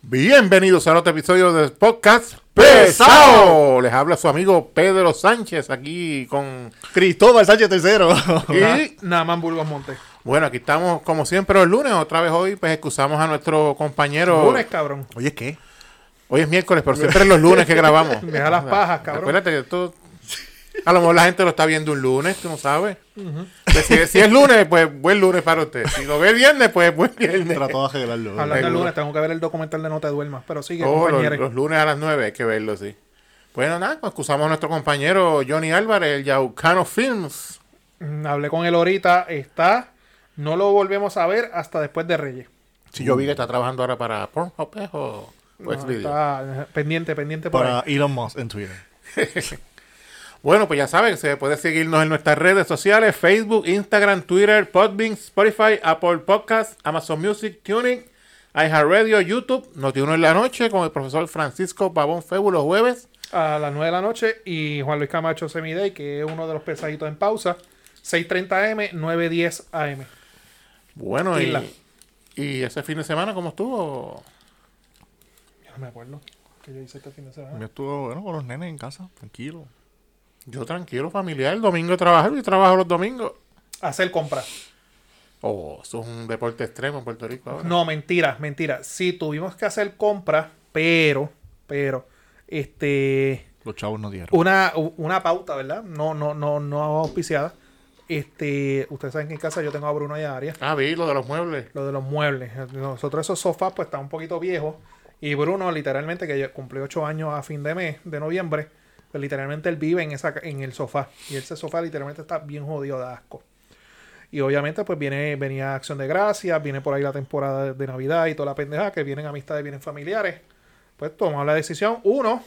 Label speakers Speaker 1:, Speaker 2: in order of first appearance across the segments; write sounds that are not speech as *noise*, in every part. Speaker 1: Bienvenidos a otro episodio del podcast Pesado. Les habla su amigo Pedro Sánchez aquí con.
Speaker 2: Cristóbal Sánchez III.
Speaker 1: *laughs* Y
Speaker 3: Namán Burgos Montes.
Speaker 1: bueno, aquí estamos como siempre los lunes. Otra vez hoy, pues excusamos a nuestro compañero.
Speaker 3: Lunes, cabrón.
Speaker 2: Oye, ¿qué?
Speaker 1: Hoy es miércoles, pero siempre es los lunes que grabamos.
Speaker 3: *laughs* Me da las pajas, cabrón.
Speaker 1: Acuérdate,
Speaker 3: *laughs*
Speaker 1: esto. A lo mejor la gente lo está viendo un lunes, tú no sabes. Pues si, si es lunes, pues buen lunes para usted. Si lo ve viernes, pues buen viernes.
Speaker 2: Trató de arreglarlo.
Speaker 3: Hablando de lunes, tengo que ver el documental de No te duermas, pero sigue,
Speaker 1: Oh, los,
Speaker 3: compañeros.
Speaker 1: los lunes a las 9 hay que verlo, sí. Bueno, nada, pues excusamos a nuestro compañero Johnny Álvarez, el Yaucano Films.
Speaker 3: Mm, Hablé con él ahorita, está. No lo volvemos a ver hasta después de Reyes.
Speaker 1: Si yo vi que está trabajando ahora para Pornhub ¿es? o, o
Speaker 3: No,
Speaker 1: Xvideos.
Speaker 3: está eh, pendiente, pendiente por
Speaker 2: Para
Speaker 3: ahí.
Speaker 2: Elon Musk en Twitter.
Speaker 1: Bueno, pues ya saben, se puede seguirnos en nuestras redes sociales, Facebook, Instagram, Twitter, Podbean, Spotify, Apple Podcasts, Amazon Music, Tuning, iHeartRadio, YouTube, Notiuno en la noche con el profesor Francisco Pavón Febu los jueves.
Speaker 3: A las 9 de la noche y Juan Luis Camacho Semiday, que es uno de los pesaditos en pausa. 6.30 AM, 9.10 AM.
Speaker 1: Bueno, y,
Speaker 3: Isla.
Speaker 1: y ese fin de semana, ¿cómo estuvo?
Speaker 3: Yo no me acuerdo que yo hice este fin de semana.
Speaker 2: Yo estuvo bueno con los nenes en casa, tranquilo.
Speaker 1: Yo tranquilo, familiar, domingo trabajo y trabajo los domingos.
Speaker 3: Hacer compras.
Speaker 1: Oh, eso es un deporte extremo en Puerto Rico ahora.
Speaker 3: No, mentira, mentira. Sí, tuvimos que hacer compras, pero, pero, este...
Speaker 2: Los chavos no dieron.
Speaker 3: una, u- una pauta, ¿verdad? No, no, no, no auspiciada. Este, ustedes saben que en casa yo tengo a Bruno y a Arias.
Speaker 1: Ah, vi lo de los muebles.
Speaker 3: Lo de los muebles. Nosotros esos sofás pues están un poquito viejos. Y Bruno, literalmente, que ya cumplió ocho años a fin de mes, de noviembre, pues, literalmente él vive en esa ca- en el sofá. Y ese sofá literalmente está bien jodido de asco. Y obviamente, pues viene, venía Acción de Gracias, viene por ahí la temporada de, de Navidad y toda la pendeja, que vienen amistades, vienen familiares. Pues tomamos la decisión, uno,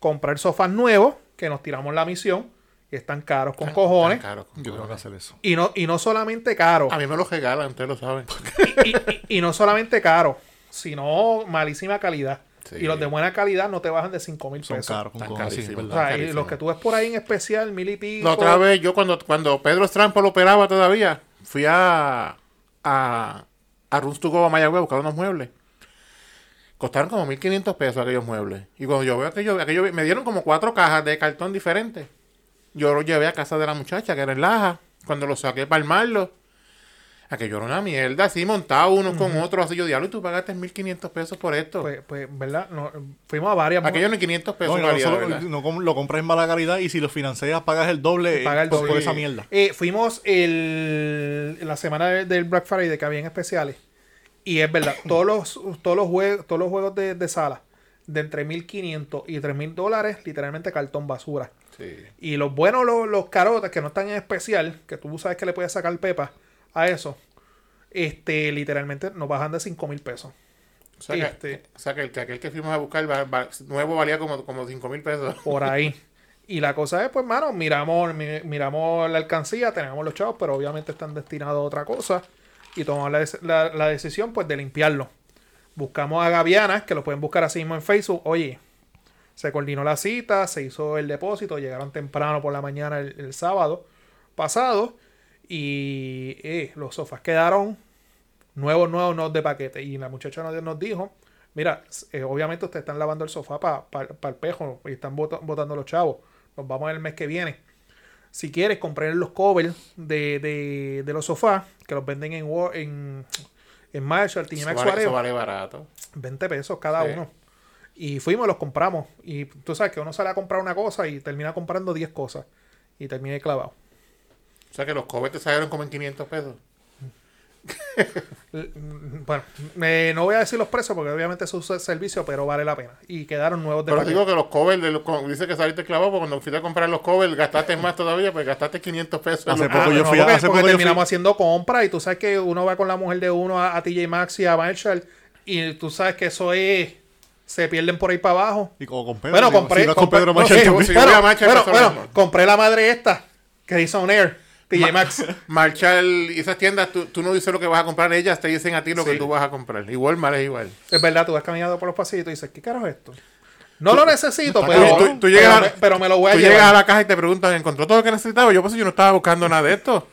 Speaker 3: comprar sofás nuevos, que nos tiramos la misión, y están caros con cojones.
Speaker 1: Tan caro, con
Speaker 2: Yo tengo que
Speaker 1: cojones.
Speaker 2: hacer eso.
Speaker 3: Y no, y no solamente caros.
Speaker 1: A mí me los regalan, ustedes lo saben.
Speaker 3: y, y- y no solamente caro, sino malísima calidad.
Speaker 1: Sí.
Speaker 3: Y los de buena calidad no te bajan de 5 mil
Speaker 2: Son
Speaker 3: pesos.
Speaker 2: caros, con
Speaker 1: Tan
Speaker 2: cojones, sí,
Speaker 1: carísimo.
Speaker 2: ¿verdad?
Speaker 3: O sea, y
Speaker 1: carísimo.
Speaker 3: los que tú ves por ahí en especial, mil y pico.
Speaker 1: La otra vez, yo cuando, cuando Pedro Strampo lo operaba todavía, fui a, a, a Rooms to Go a Mayagüez a buscar unos muebles. Costaron como 1.500 pesos aquellos muebles. Y cuando yo veo aquello, aquello, me dieron como cuatro cajas de cartón diferentes. Yo lo llevé a casa de la muchacha, que era en Laja. Cuando lo saqué para armarlo, aquello era una mierda, así montado unos con otros. Así yo, diablo, y tú pagaste 1.500 pesos por esto.
Speaker 3: Pues, pues, ¿verdad? No, fuimos a varias.
Speaker 1: aquello no es 500 pesos.
Speaker 2: No, y
Speaker 1: en
Speaker 2: no
Speaker 1: realidad,
Speaker 2: solo-
Speaker 1: ¿verdad?
Speaker 2: no com- lo compras en mala calidad y si lo financias pagas el doble, eh,
Speaker 3: Paga el
Speaker 2: por- por
Speaker 3: doble.
Speaker 2: esa mierda.
Speaker 3: Eh, fuimos el, la semana de- del Black Friday que había en especiales. Y es verdad, todos los, todos los, juegos, todos los juegos de, de sala de entre 1.500 y 3.000 dólares, literalmente cartón basura.
Speaker 1: Sí.
Speaker 3: Y los buenos, los, los carotas, que no están en especial, que tú sabes que le puedes sacar pepa a eso, este, literalmente nos bajan de 5 mil pesos.
Speaker 1: O sea, que,
Speaker 3: Este.
Speaker 1: o sea, que el, que aquel que fuimos a buscar va- va- nuevo valía como, como 5 mil
Speaker 3: *laughs*
Speaker 1: pesos.
Speaker 3: Por ahí. y la cosa es, pues, mano, miramos, mi- miramos la alcancía, tenemos los chavos, pero obviamente están destinados a otra cosa. Y tomamos la, des- la- la decisión, pues, de limpiarlo. Buscamos a Gavianas, que lo pueden buscar así mismo en Facebook. Oye, se coordinó la cita, se hizo el depósito, llegaron temprano por la mañana el, el sábado pasado y eh, los sofás quedaron nuevos, nuevos, nuevos de paquete. Y la muchacha nos, nos dijo, mira, s- eh, obviamente ustedes están lavando el sofá para el pejo y están bota- botando los chavos. Nos vamos el mes que viene. Si quieres comprar los covers de, de- de los sofás, que los venden en, Wa- en, en Marshall,
Speaker 1: Eso
Speaker 3: TJ
Speaker 1: vale,
Speaker 3: Maxx,
Speaker 1: eso
Speaker 3: whatever.
Speaker 1: vale barato.
Speaker 3: 20 pesos cada
Speaker 1: Sí.
Speaker 3: uno. Y fuimos, los compramos. Y tú sabes que uno sale a comprar una cosa y termina comprando 10 cosas. Y termina ahí clavado.
Speaker 1: O sea, que los covers te salieron como en 500 pesos.
Speaker 3: L- mm, Bueno, eh, no voy a decir los precios porque obviamente es un se- servicio, pero vale la pena. Y quedaron nuevos de
Speaker 1: Pero
Speaker 3: paquete.
Speaker 1: digo que los covers, de los, co- dice que saliste clavado, porque cuando fuiste a comprar los covers gastaste más todavía, pues gastaste 500 pesos. Ah, en
Speaker 2: Hace
Speaker 1: los
Speaker 2: poco
Speaker 1: covers.
Speaker 2: yo
Speaker 3: Ah, no,
Speaker 2: fui a-
Speaker 3: porque,
Speaker 2: hace
Speaker 3: porque
Speaker 2: poco yo
Speaker 3: terminamos
Speaker 2: fui-
Speaker 3: haciendo compras y tú sabes que uno va con la mujer de uno a, a TJ Maxx y a Marshall y tú sabes que eso es... Se pierden por ahí para abajo.
Speaker 2: Y como con Pedro.
Speaker 3: Bueno,
Speaker 2: digo,
Speaker 3: compré.
Speaker 2: si no es con
Speaker 3: compré-
Speaker 2: Pedro
Speaker 3: no,
Speaker 2: Machado,
Speaker 3: sí,
Speaker 2: también.
Speaker 1: si
Speaker 3: bueno,
Speaker 1: voy
Speaker 2: *laughs*
Speaker 1: a Machado,
Speaker 3: bueno,
Speaker 1: pasa lo
Speaker 3: bueno,
Speaker 1: mismo.
Speaker 3: compré la madre esta que hizo On Air, TJ Maxx.
Speaker 1: Marshall y esas tiendas, tú, tú no dices lo que vas a comprar, ellas te dicen a ti lo que
Speaker 3: Sí.
Speaker 1: tú vas a comprar. Igual, mal es igual.
Speaker 3: Es verdad, tú vas caminando por los pasillos y tú dices, ¿qué caro es esto? No lo necesito,
Speaker 2: Está
Speaker 3: pero,
Speaker 1: Tú- tú- tú llegas
Speaker 3: Pues pero,
Speaker 1: a-
Speaker 3: me, pero me lo voy a
Speaker 1: Tú
Speaker 3: llevar.
Speaker 1: llegas a la caja y te preguntan, ¿encontró todo lo que necesitaba? Yo pues yo no estaba buscando nada de esto.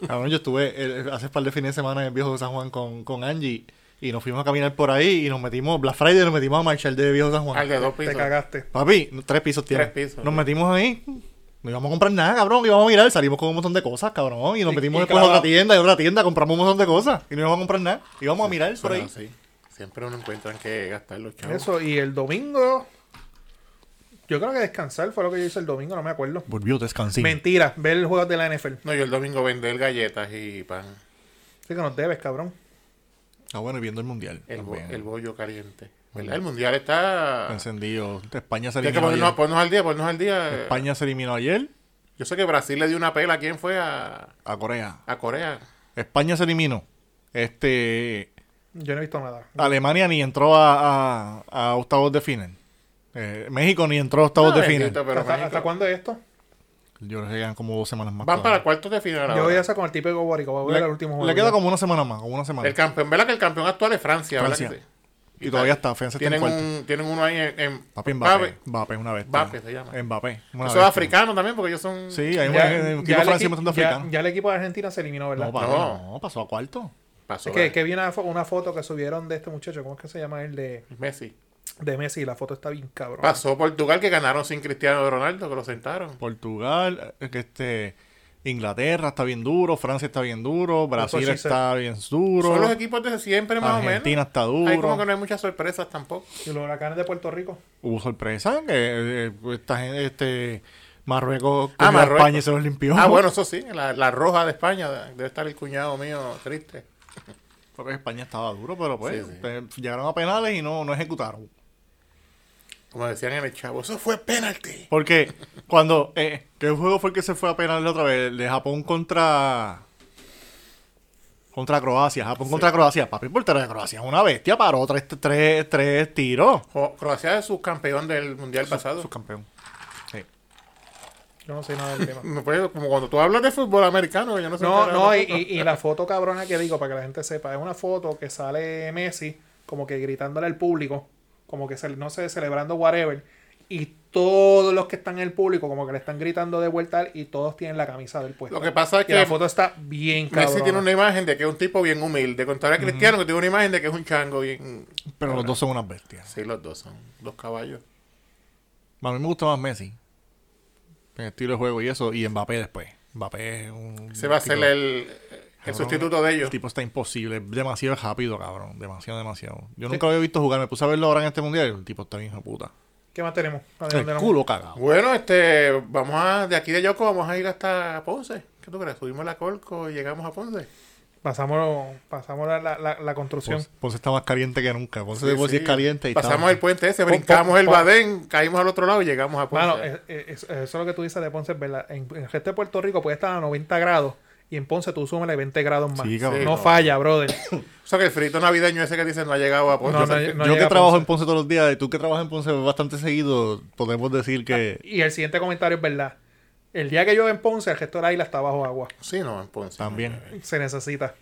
Speaker 2: eh, Cabrón, yo estuve eh, hace par de fines de semana en el viejo de San Juan con, con Angie. Y Y nos fuimos a caminar por ahí y nos metimos, Black Friday, nos metimos a marchar de Viejo San Juan.
Speaker 1: Al de dos
Speaker 3: Te
Speaker 1: pisos.
Speaker 3: cagaste.
Speaker 2: Papi, tres pisos tiene.
Speaker 1: Tres pisos,
Speaker 2: Nos
Speaker 1: sí.
Speaker 2: metimos ahí. No íbamos a comprar nada, cabrón. Íbamos a mirar. Salimos con un montón de cosas, cabrón. Y nos
Speaker 3: Y-
Speaker 2: metimos
Speaker 3: y
Speaker 2: después a otra
Speaker 3: clavado.
Speaker 2: tienda y otra tienda. Compramos un montón de cosas. Y no íbamos a comprar nada. Íbamos a mirar por
Speaker 1: Pero
Speaker 2: ahí.
Speaker 1: sí, Siempre uno encuentra en qué gastar los chavos.
Speaker 3: Eso, y el domingo. Yo creo que descansar fue lo que yo hice el domingo, no me acuerdo.
Speaker 2: Volvió descansín.
Speaker 3: Mentira, ver el juego de la NFL.
Speaker 1: No, yo el domingo vender galletas y pan.
Speaker 3: Sí que nos debes, cabrón.
Speaker 2: Ah, bueno, y viendo el mundial.
Speaker 1: El, bo-
Speaker 2: también.
Speaker 1: el bollo caliente. ¿Verdad? El mundial está.
Speaker 2: Encendido. España se
Speaker 1: Hay que ponernos,
Speaker 2: eliminó. ayer.
Speaker 1: ponernos al día, ponernos al día.
Speaker 2: España se eliminó ayer
Speaker 1: Yo sé que Brasil le dio una pela. ¿A quién fue? A,
Speaker 2: a Corea.
Speaker 1: a Corea.
Speaker 2: España se eliminó. Este.
Speaker 3: Yo no he visto nada.
Speaker 2: Alemania ni entró a, a, a octavos de final. Eh, México ni entró a octavos
Speaker 1: Ah,
Speaker 2: de final.
Speaker 1: bendito, pero
Speaker 3: ¿Hasta,
Speaker 1: México-
Speaker 3: hasta cuándo es esto?
Speaker 2: Yo creo que quedan como dos semanas más.
Speaker 1: Van para
Speaker 2: todavía.
Speaker 1: cuartos de final
Speaker 3: Yo voy
Speaker 1: ahora.
Speaker 3: a hacer con el típico Borico, voy a ver
Speaker 2: le,
Speaker 3: el último
Speaker 2: le
Speaker 3: juego.
Speaker 2: queda
Speaker 3: ya.
Speaker 2: como una semana más, como una semana.
Speaker 1: El campeón, ¿verdad que el campeón actual es Francia? ¿verdad
Speaker 2: Francia.
Speaker 1: que sí?
Speaker 2: y todavía está, Francia está
Speaker 1: Tienen,
Speaker 2: en cuarto.
Speaker 1: un, tienen uno ahí en. en
Speaker 2: Papi
Speaker 1: Mbappé.
Speaker 2: Mbappé. Mbappé es una bestia.
Speaker 1: Mbappé se llama.
Speaker 2: Mbappé. una
Speaker 1: Eso
Speaker 2: bestia.
Speaker 1: es africano también, porque ellos son.
Speaker 2: Sí, hay un
Speaker 3: Ya-
Speaker 2: equipo
Speaker 3: ya el
Speaker 2: francés
Speaker 3: equi-
Speaker 2: bastante
Speaker 3: ya-
Speaker 2: africano.
Speaker 3: ya el equipo de Argentina se eliminó, ¿verdad?
Speaker 2: no, papi,
Speaker 1: No.
Speaker 2: no, pasó a cuarto.
Speaker 1: Pasó.
Speaker 3: Es que,
Speaker 1: eh.
Speaker 3: que vi una, fo- una foto que subieron de este muchacho, ¿cómo es que se llama el de,
Speaker 1: Messi.
Speaker 3: de Messi? La foto está bien cabrón.
Speaker 1: Pasó Portugal que ganaron sin Cristiano Ronaldo, que lo sentaron.
Speaker 2: Portugal, eh, que este, Inglaterra está bien duro, Francia está bien duro, Brasil
Speaker 3: sí sé.
Speaker 2: está bien
Speaker 1: Son los
Speaker 2: duro,
Speaker 1: equipos de siempre, más
Speaker 2: Argentina está
Speaker 1: o menos. Hay como
Speaker 2: duro.
Speaker 1: que no hay muchas sorpresas tampoco.
Speaker 3: Y los huracanes de Puerto Rico.
Speaker 2: Hubo sorpresa que eh, esta gente, este, Marruecos,
Speaker 1: Ah,
Speaker 2: cogió a
Speaker 1: Marruecos.
Speaker 2: España y se los limpió.
Speaker 1: Ah, bueno, eso sí. La, la roja de España. Debe estar el cuñado mío triste.
Speaker 2: Porque España estaba duro, pero pues
Speaker 1: Sí, sí.
Speaker 2: te- llegaron a penales y no, no ejecutaron.
Speaker 1: Como decían en el chavo, eso fue penalti.
Speaker 2: Porque cuando. Eh, ¿Qué juego fue el que se fue a penales la otra vez? El de Japón contra. Contra Croacia. Japón contra Croacia. Papi, el portero de Croacia es una bestia. Paró tres, tres, tres tiros.
Speaker 1: Jo- Croacia es subcampeón del mundial pasado.
Speaker 2: Subcampeón. Sí.
Speaker 3: Yo no sé nada del tema.
Speaker 1: Me parece pues, como cuando tú hablas de fútbol americano, yo no sé.
Speaker 3: No,
Speaker 1: qué
Speaker 3: no, y,
Speaker 1: hablas.
Speaker 3: y- y la foto cabrona que digo, para que la gente sepa, es una foto que sale Messi como que gritándole al público, como que, se- no sé, celebrando whatever, y todos los que están en el público como que le están gritando de vuelta a él, y todos tienen la camisa del puesto.
Speaker 1: Lo que pasa es
Speaker 3: Y la
Speaker 1: que
Speaker 3: foto está bien cabrona.
Speaker 1: Messi tiene una imagen de que es un tipo bien humilde. Contrario a Cristiano, que tiene una imagen de que es un chango bien.
Speaker 2: Pero los dos son unas bestias.
Speaker 1: Sí, los dos son dos caballos.
Speaker 2: A mí me gusta más Messi. En estilo de juego y eso. Y Mbappé después. Mbappé es un.
Speaker 1: Se va a
Speaker 2: tipo-
Speaker 1: hacer el,
Speaker 3: Ah.
Speaker 1: el sustituto de ellos.
Speaker 2: El tipo está imposible. es Demasiado rápido, cabrón. Demasiado, demasiado. Yo nunca lo había visto jugar. Me puse a verlo ahora en este mundial. y El tipo está bien hijo de puta.
Speaker 3: ¿Qué más tenemos? ¿A dónde
Speaker 2: El
Speaker 3: vamos?
Speaker 2: culo cagado.
Speaker 1: Bueno, este, vamos a, de aquí de Yoko vamos a ir hasta Ponce. ¿Qué tú crees? Subimos la Colco y llegamos a Ponce.
Speaker 3: Pasamos, pasamos la, la- la- la construcción.
Speaker 2: Ponce, Ponce está más caliente que nunca. Ponce
Speaker 1: Sí,
Speaker 3: pues,
Speaker 2: de por sí
Speaker 1: sí.
Speaker 2: es caliente. Y
Speaker 1: Pasamos
Speaker 2: está-
Speaker 1: el puente ese,
Speaker 3: Pon-
Speaker 1: brincamos
Speaker 3: pon- eh.
Speaker 1: el
Speaker 3: pon-
Speaker 1: Badén, caímos al otro lado y llegamos a Ponce.
Speaker 3: Mano, es- es- es- eso es lo que tú dices de Ponce, es ¿verdad? En, en el resto de Puerto Rico puede estar a 90 grados y en Ponce tú súmale 20 grados más.
Speaker 2: Sí, cabrón.
Speaker 1: Sí,
Speaker 3: no
Speaker 1: cabrón.
Speaker 3: falla, brother.
Speaker 1: o sea que el frito navideño ese que dicen no ha llegado a Ponce.
Speaker 3: No,
Speaker 1: O sea,
Speaker 3: no,
Speaker 1: que-
Speaker 3: no
Speaker 2: Yo
Speaker 3: llega
Speaker 2: que
Speaker 3: a
Speaker 2: trabajo
Speaker 3: Ponce.
Speaker 2: en Ponce todos los días y tú que trabajas en Ponce bastante seguido, podemos decir que
Speaker 3: Y el siguiente comentario es verdad. El día que llueve en Ponce, el resto de la isla está bajo agua.
Speaker 1: Sí, no, en Ponce.
Speaker 2: también.
Speaker 3: Se necesita.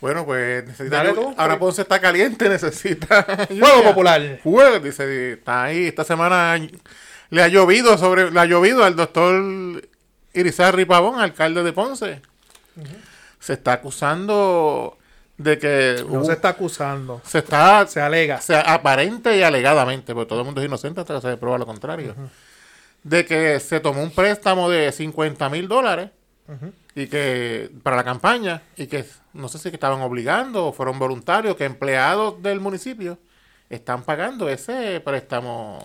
Speaker 1: Bueno, pues necesita
Speaker 3: Dale
Speaker 1: llu-
Speaker 3: tú.
Speaker 1: Ahora Ponce está caliente, *laughs* necesita.
Speaker 3: Fuego
Speaker 1: lluvia.
Speaker 3: popular.
Speaker 1: Juega, dice, está ahí. Esta semana le ha llovido sobre, le ha llovido al doctor Irizarry Pavón, alcalde de Ponce. Se está acusando de que
Speaker 3: No
Speaker 1: hubo-
Speaker 3: se está acusando.
Speaker 1: se está-
Speaker 3: Se alega.
Speaker 1: o sea, aparente y alegadamente, porque todo el mundo es inocente hasta que se prueba lo contrario, de que se tomó un préstamo de 50 mil dólares y que para la campaña y que no sé si que estaban obligando o fueron voluntarios, que empleados del municipio están pagando ese préstamo,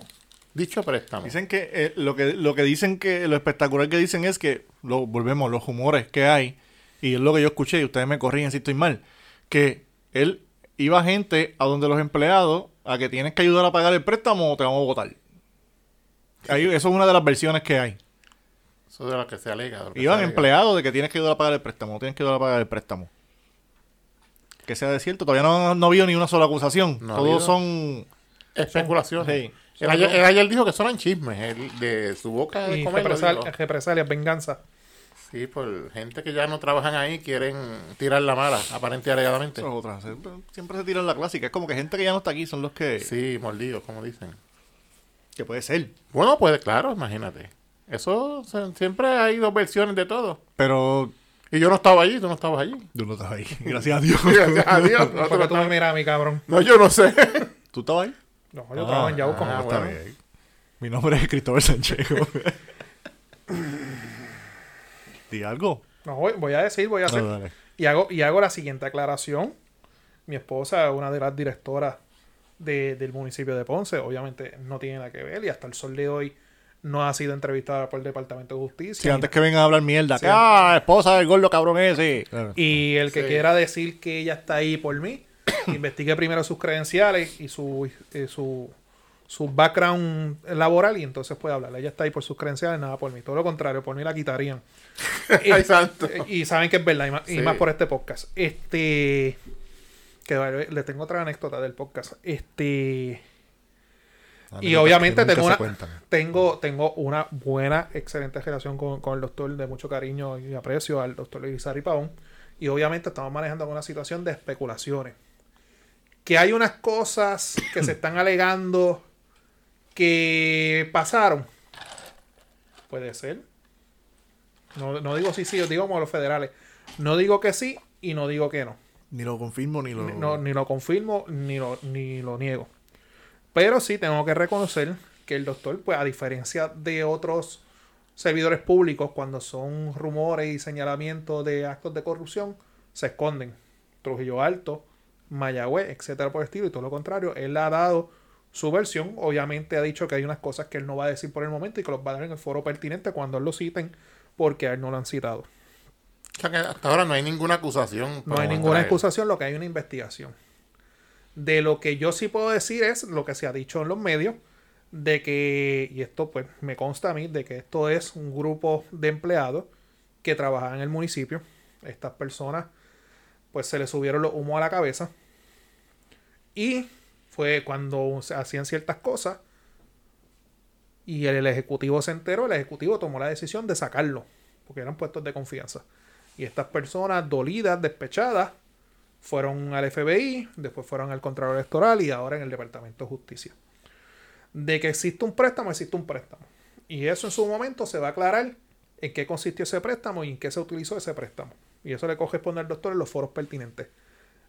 Speaker 1: dicho préstamo.
Speaker 2: Dicen que eh, lo que lo que dicen que lo espectacular que dicen es que lo volvemos los humores que hay y es lo que yo escuché y ustedes me corrigen si estoy mal que él iba gente a donde los empleados a que tienes que ayudar a pagar el préstamo o te vamos a votar. Ahí, eso es una de las versiones que hay.
Speaker 1: Eso de lo que se alega. de lo que
Speaker 2: Iban
Speaker 1: se alega.
Speaker 2: empleados de que tienes que ayudar a pagar el préstamo, no tienes que ayudar a pagar el préstamo. Que sea de cierto, todavía no, no ha habido ni una sola acusación.
Speaker 1: No ha habido.
Speaker 2: Todos son.
Speaker 1: Especulaciones.
Speaker 2: Sí.
Speaker 1: Él ayer, él ayer dijo que son chismes, él, de su boca de
Speaker 3: Y
Speaker 1: comer lo
Speaker 3: represal-
Speaker 1: dijo.
Speaker 3: represalias, venganza.
Speaker 1: Sí, por gente que ya no trabajan ahí quieren tirar la mala, aparente y alegadamente.
Speaker 2: son otras. Siempre se tiran la clásica. Es como que gente que ya no está aquí son los que.
Speaker 1: Sí, mordidos, como dicen.
Speaker 2: Que puede ser.
Speaker 1: Bueno, pues claro, imagínate. Eso se- siempre hay dos versiones de todo.
Speaker 2: Pero
Speaker 1: Y yo no estaba allí, tú no estabas allí.
Speaker 2: Tú no estabas ahí. *laughs* Gracias a Dios.
Speaker 1: Gracias a Dios.
Speaker 3: No,
Speaker 1: nosotros
Speaker 3: tú me
Speaker 1: estábamos-
Speaker 3: miras a mí, cabrón.
Speaker 1: No, yo no *laughs* sé.
Speaker 2: ¿Tú estabas ahí?
Speaker 3: No, yo trabajo en Yahoo con
Speaker 2: ah,
Speaker 3: ah,
Speaker 2: está bien. Mi nombre es Cristóbal Sanchego. *laughs* Di algo.
Speaker 3: No, voy, voy a decir, voy a hacer.
Speaker 2: No, dale.
Speaker 3: Y hago, y hago la siguiente aclaración. Mi esposa es una de las directoras de- del municipio de Ponce. Obviamente no tiene nada que ver y hasta el sol de hoy no ha sido entrevistada por el Departamento de Justicia.
Speaker 2: Sí, antes que vengan a hablar mierda.
Speaker 3: Sí.
Speaker 2: que, Ah, esposa del gordo cabrón ese. Claro.
Speaker 3: Y el que
Speaker 1: Sí.
Speaker 3: quiera decir que ella está ahí por
Speaker 1: *coughs*
Speaker 3: mí, investigue primero sus credenciales y su, eh, su, su background laboral y entonces puede hablar. Ella está ahí por sus credenciales, nada por mí. Todo lo contrario, por mí
Speaker 1: *laughs*
Speaker 3: la quitarían.
Speaker 1: Ay, santo.
Speaker 3: Y saben que es verdad, y más, y
Speaker 1: Sí.
Speaker 3: más por este podcast. Este. Que vale, le tengo otra anécdota del podcast. Este. Y
Speaker 2: Anécdotas
Speaker 3: obviamente
Speaker 2: que nunca
Speaker 3: tengo
Speaker 2: se
Speaker 3: una,
Speaker 2: cuentan.
Speaker 3: tengo, tengo una buena, excelente relación con, con el doctor, de mucho cariño y aprecio al doctor Irizarry Pavón. Y obviamente estamos manejando una situación de especulaciones. Que hay unas cosas que se están alegando que pasaron. Puede ser. No, no digo sí, sí, yo digo como los federales. No digo que sí y no digo que no.
Speaker 2: Ni lo confirmo ni lo.
Speaker 3: Ni- no, ni lo confirmo ni lo, ni lo niego. Pero sí tengo que reconocer que el doctor, pues a diferencia de otros servidores públicos, cuando son rumores y señalamientos de actos de corrupción, se esconden. Trujillo Alto, Mayagüez, etcétera por el estilo, y todo lo contrario. Él ha dado su versión. Obviamente ha dicho que hay unas cosas que él no va a decir por el momento y que los va a dar en el foro pertinente cuando él lo citen, porque a él no lo han citado.
Speaker 1: O sea que hasta ahora no hay ninguna acusación.
Speaker 3: No
Speaker 1: para
Speaker 3: hay ninguna
Speaker 1: él.
Speaker 3: acusación, lo que hay es una investigación. De lo que yo sí puedo decir es lo que se ha dicho en los medios, de que, y esto pues me consta a mí, de que esto es un grupo de empleados que trabajaban en el municipio. Estas personas pues se les subieron los humos a la cabeza. Y fue cuando se hacían ciertas cosas y el, el ejecutivo se enteró, el ejecutivo tomó la decisión de sacarlo, porque eran puestos de confianza. Y estas personas dolidas, despechadas, fueron al FBI, después fueron al Contralor Electoral y ahora en el Departamento de Justicia. De que existe un préstamo, existe un préstamo. Y eso en su momento se va a aclarar en qué consistió ese préstamo y en qué se utilizó ese préstamo. Y eso le corresponde al doctor en los foros pertinentes.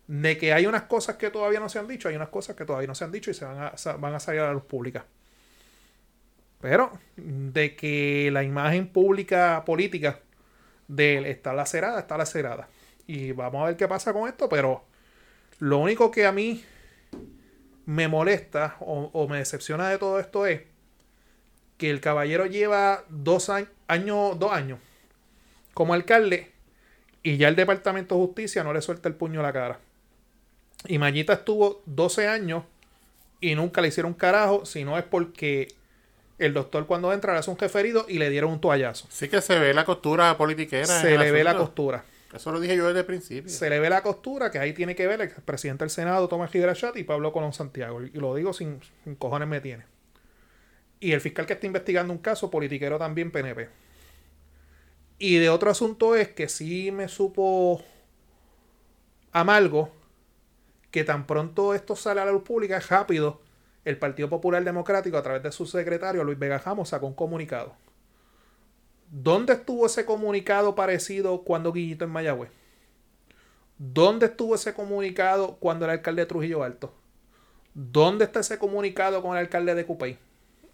Speaker 3: De que hay unas cosas que todavía no se han dicho, hay unas cosas que todavía no se han dicho y se van a, sa- van a salir a la luz pública. Pero de que la imagen pública política de él está lacerada, está lacerada. Y vamos a ver qué pasa con esto, pero lo único que a mí me molesta o, o me decepciona de todo esto es que el caballero lleva dos a- años, dos años como alcalde y ya el Departamento de Justicia no le suelta el puño a la cara. Y Mayita estuvo 12 años y nunca le hicieron carajo, si no es porque el doctor cuando entra le hace un referido y le dieron un toallazo.
Speaker 1: Sí que se ve la costura politiquera. en
Speaker 3: Se
Speaker 1: el
Speaker 3: le ve la
Speaker 1: asunto.
Speaker 3: costura.
Speaker 1: Eso lo dije yo desde el principio.
Speaker 3: Se le ve la costura, que ahí tiene que ver el presidente del Senado, Tomás Hidrachat y Pablo Colón Santiago. Y lo digo sin, sin cojones me tiene. Y el fiscal que está investigando un caso, politiquero también, PNP. Y de otro asunto es que sí me supo amargo que tan pronto esto sale a la luz pública, rápido, el Partido Popular Democrático, a través de su secretario, Luis Vega Ramos, sacó un comunicado. ¿Dónde estuvo ese comunicado parecido cuando Guillito en Mayagüez? ¿Dónde estuvo ese comunicado cuando el alcalde de Trujillo Alto? ¿Dónde está ese comunicado con el alcalde de Cupey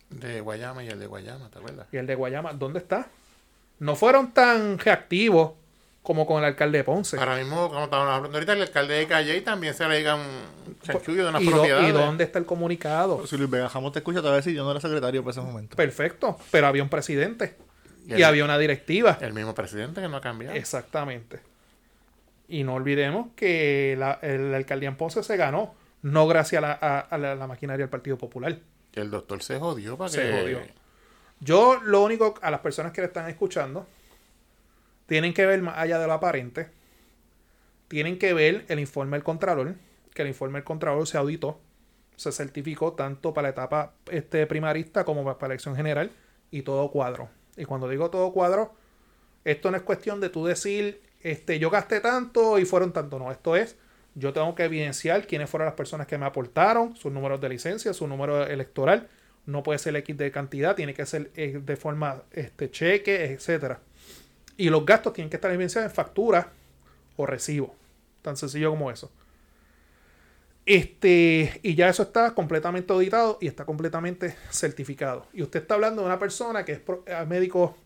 Speaker 1: De Guayama y el de Guayama, ¿te acuerdas?
Speaker 3: y el de Guayama? ¿Dónde está? No fueron tan reactivos como con el alcalde de Ponce.
Speaker 1: Ahora mismo, como estábamos hablando ahorita, el alcalde de Calle también se le diga un chanchullo de unas
Speaker 3: ¿Y, do-
Speaker 1: propiedades.
Speaker 3: y dónde está el comunicado?
Speaker 2: Si Luis Vega Jamón te escucha, te va a decir yo no era secretario para ese momento.
Speaker 3: Perfecto, pero había un presidente
Speaker 1: Y
Speaker 3: y,
Speaker 1: el-
Speaker 3: había una directiva.
Speaker 1: El mismo presidente que no ha cambiado.
Speaker 3: Exactamente. Y no olvidemos que la, el- la alcaldía en Ponce se ganó, no gracias a la, a- a la- la maquinaria del Partido Popular.
Speaker 1: El doctor se jodió para
Speaker 3: Se
Speaker 1: que.
Speaker 3: jodió. Yo lo único a las personas que le están escuchando, tienen que ver más allá de lo aparente, tienen que ver el informe del Contralor, que el informe del Contralor se auditó, se certificó tanto para la etapa este, primarista como para la elección general y todo cuadro. Y cuando digo todo cuadro, esto no es cuestión de tú decir, este, yo gasté tanto y fueron tanto, no, esto es, yo tengo que evidenciar quiénes fueron las personas que me aportaron, sus números de licencia, su número electoral, no puede ser X de cantidad, tiene que ser eh, de forma este, cheque, etcétera. Y los gastos tienen que estar evidenciados en factura o recibo. Tan sencillo como eso. Este, y ya eso está completamente auditado y está completamente certificado. Y usted está hablando de una persona que es pro- eh, médico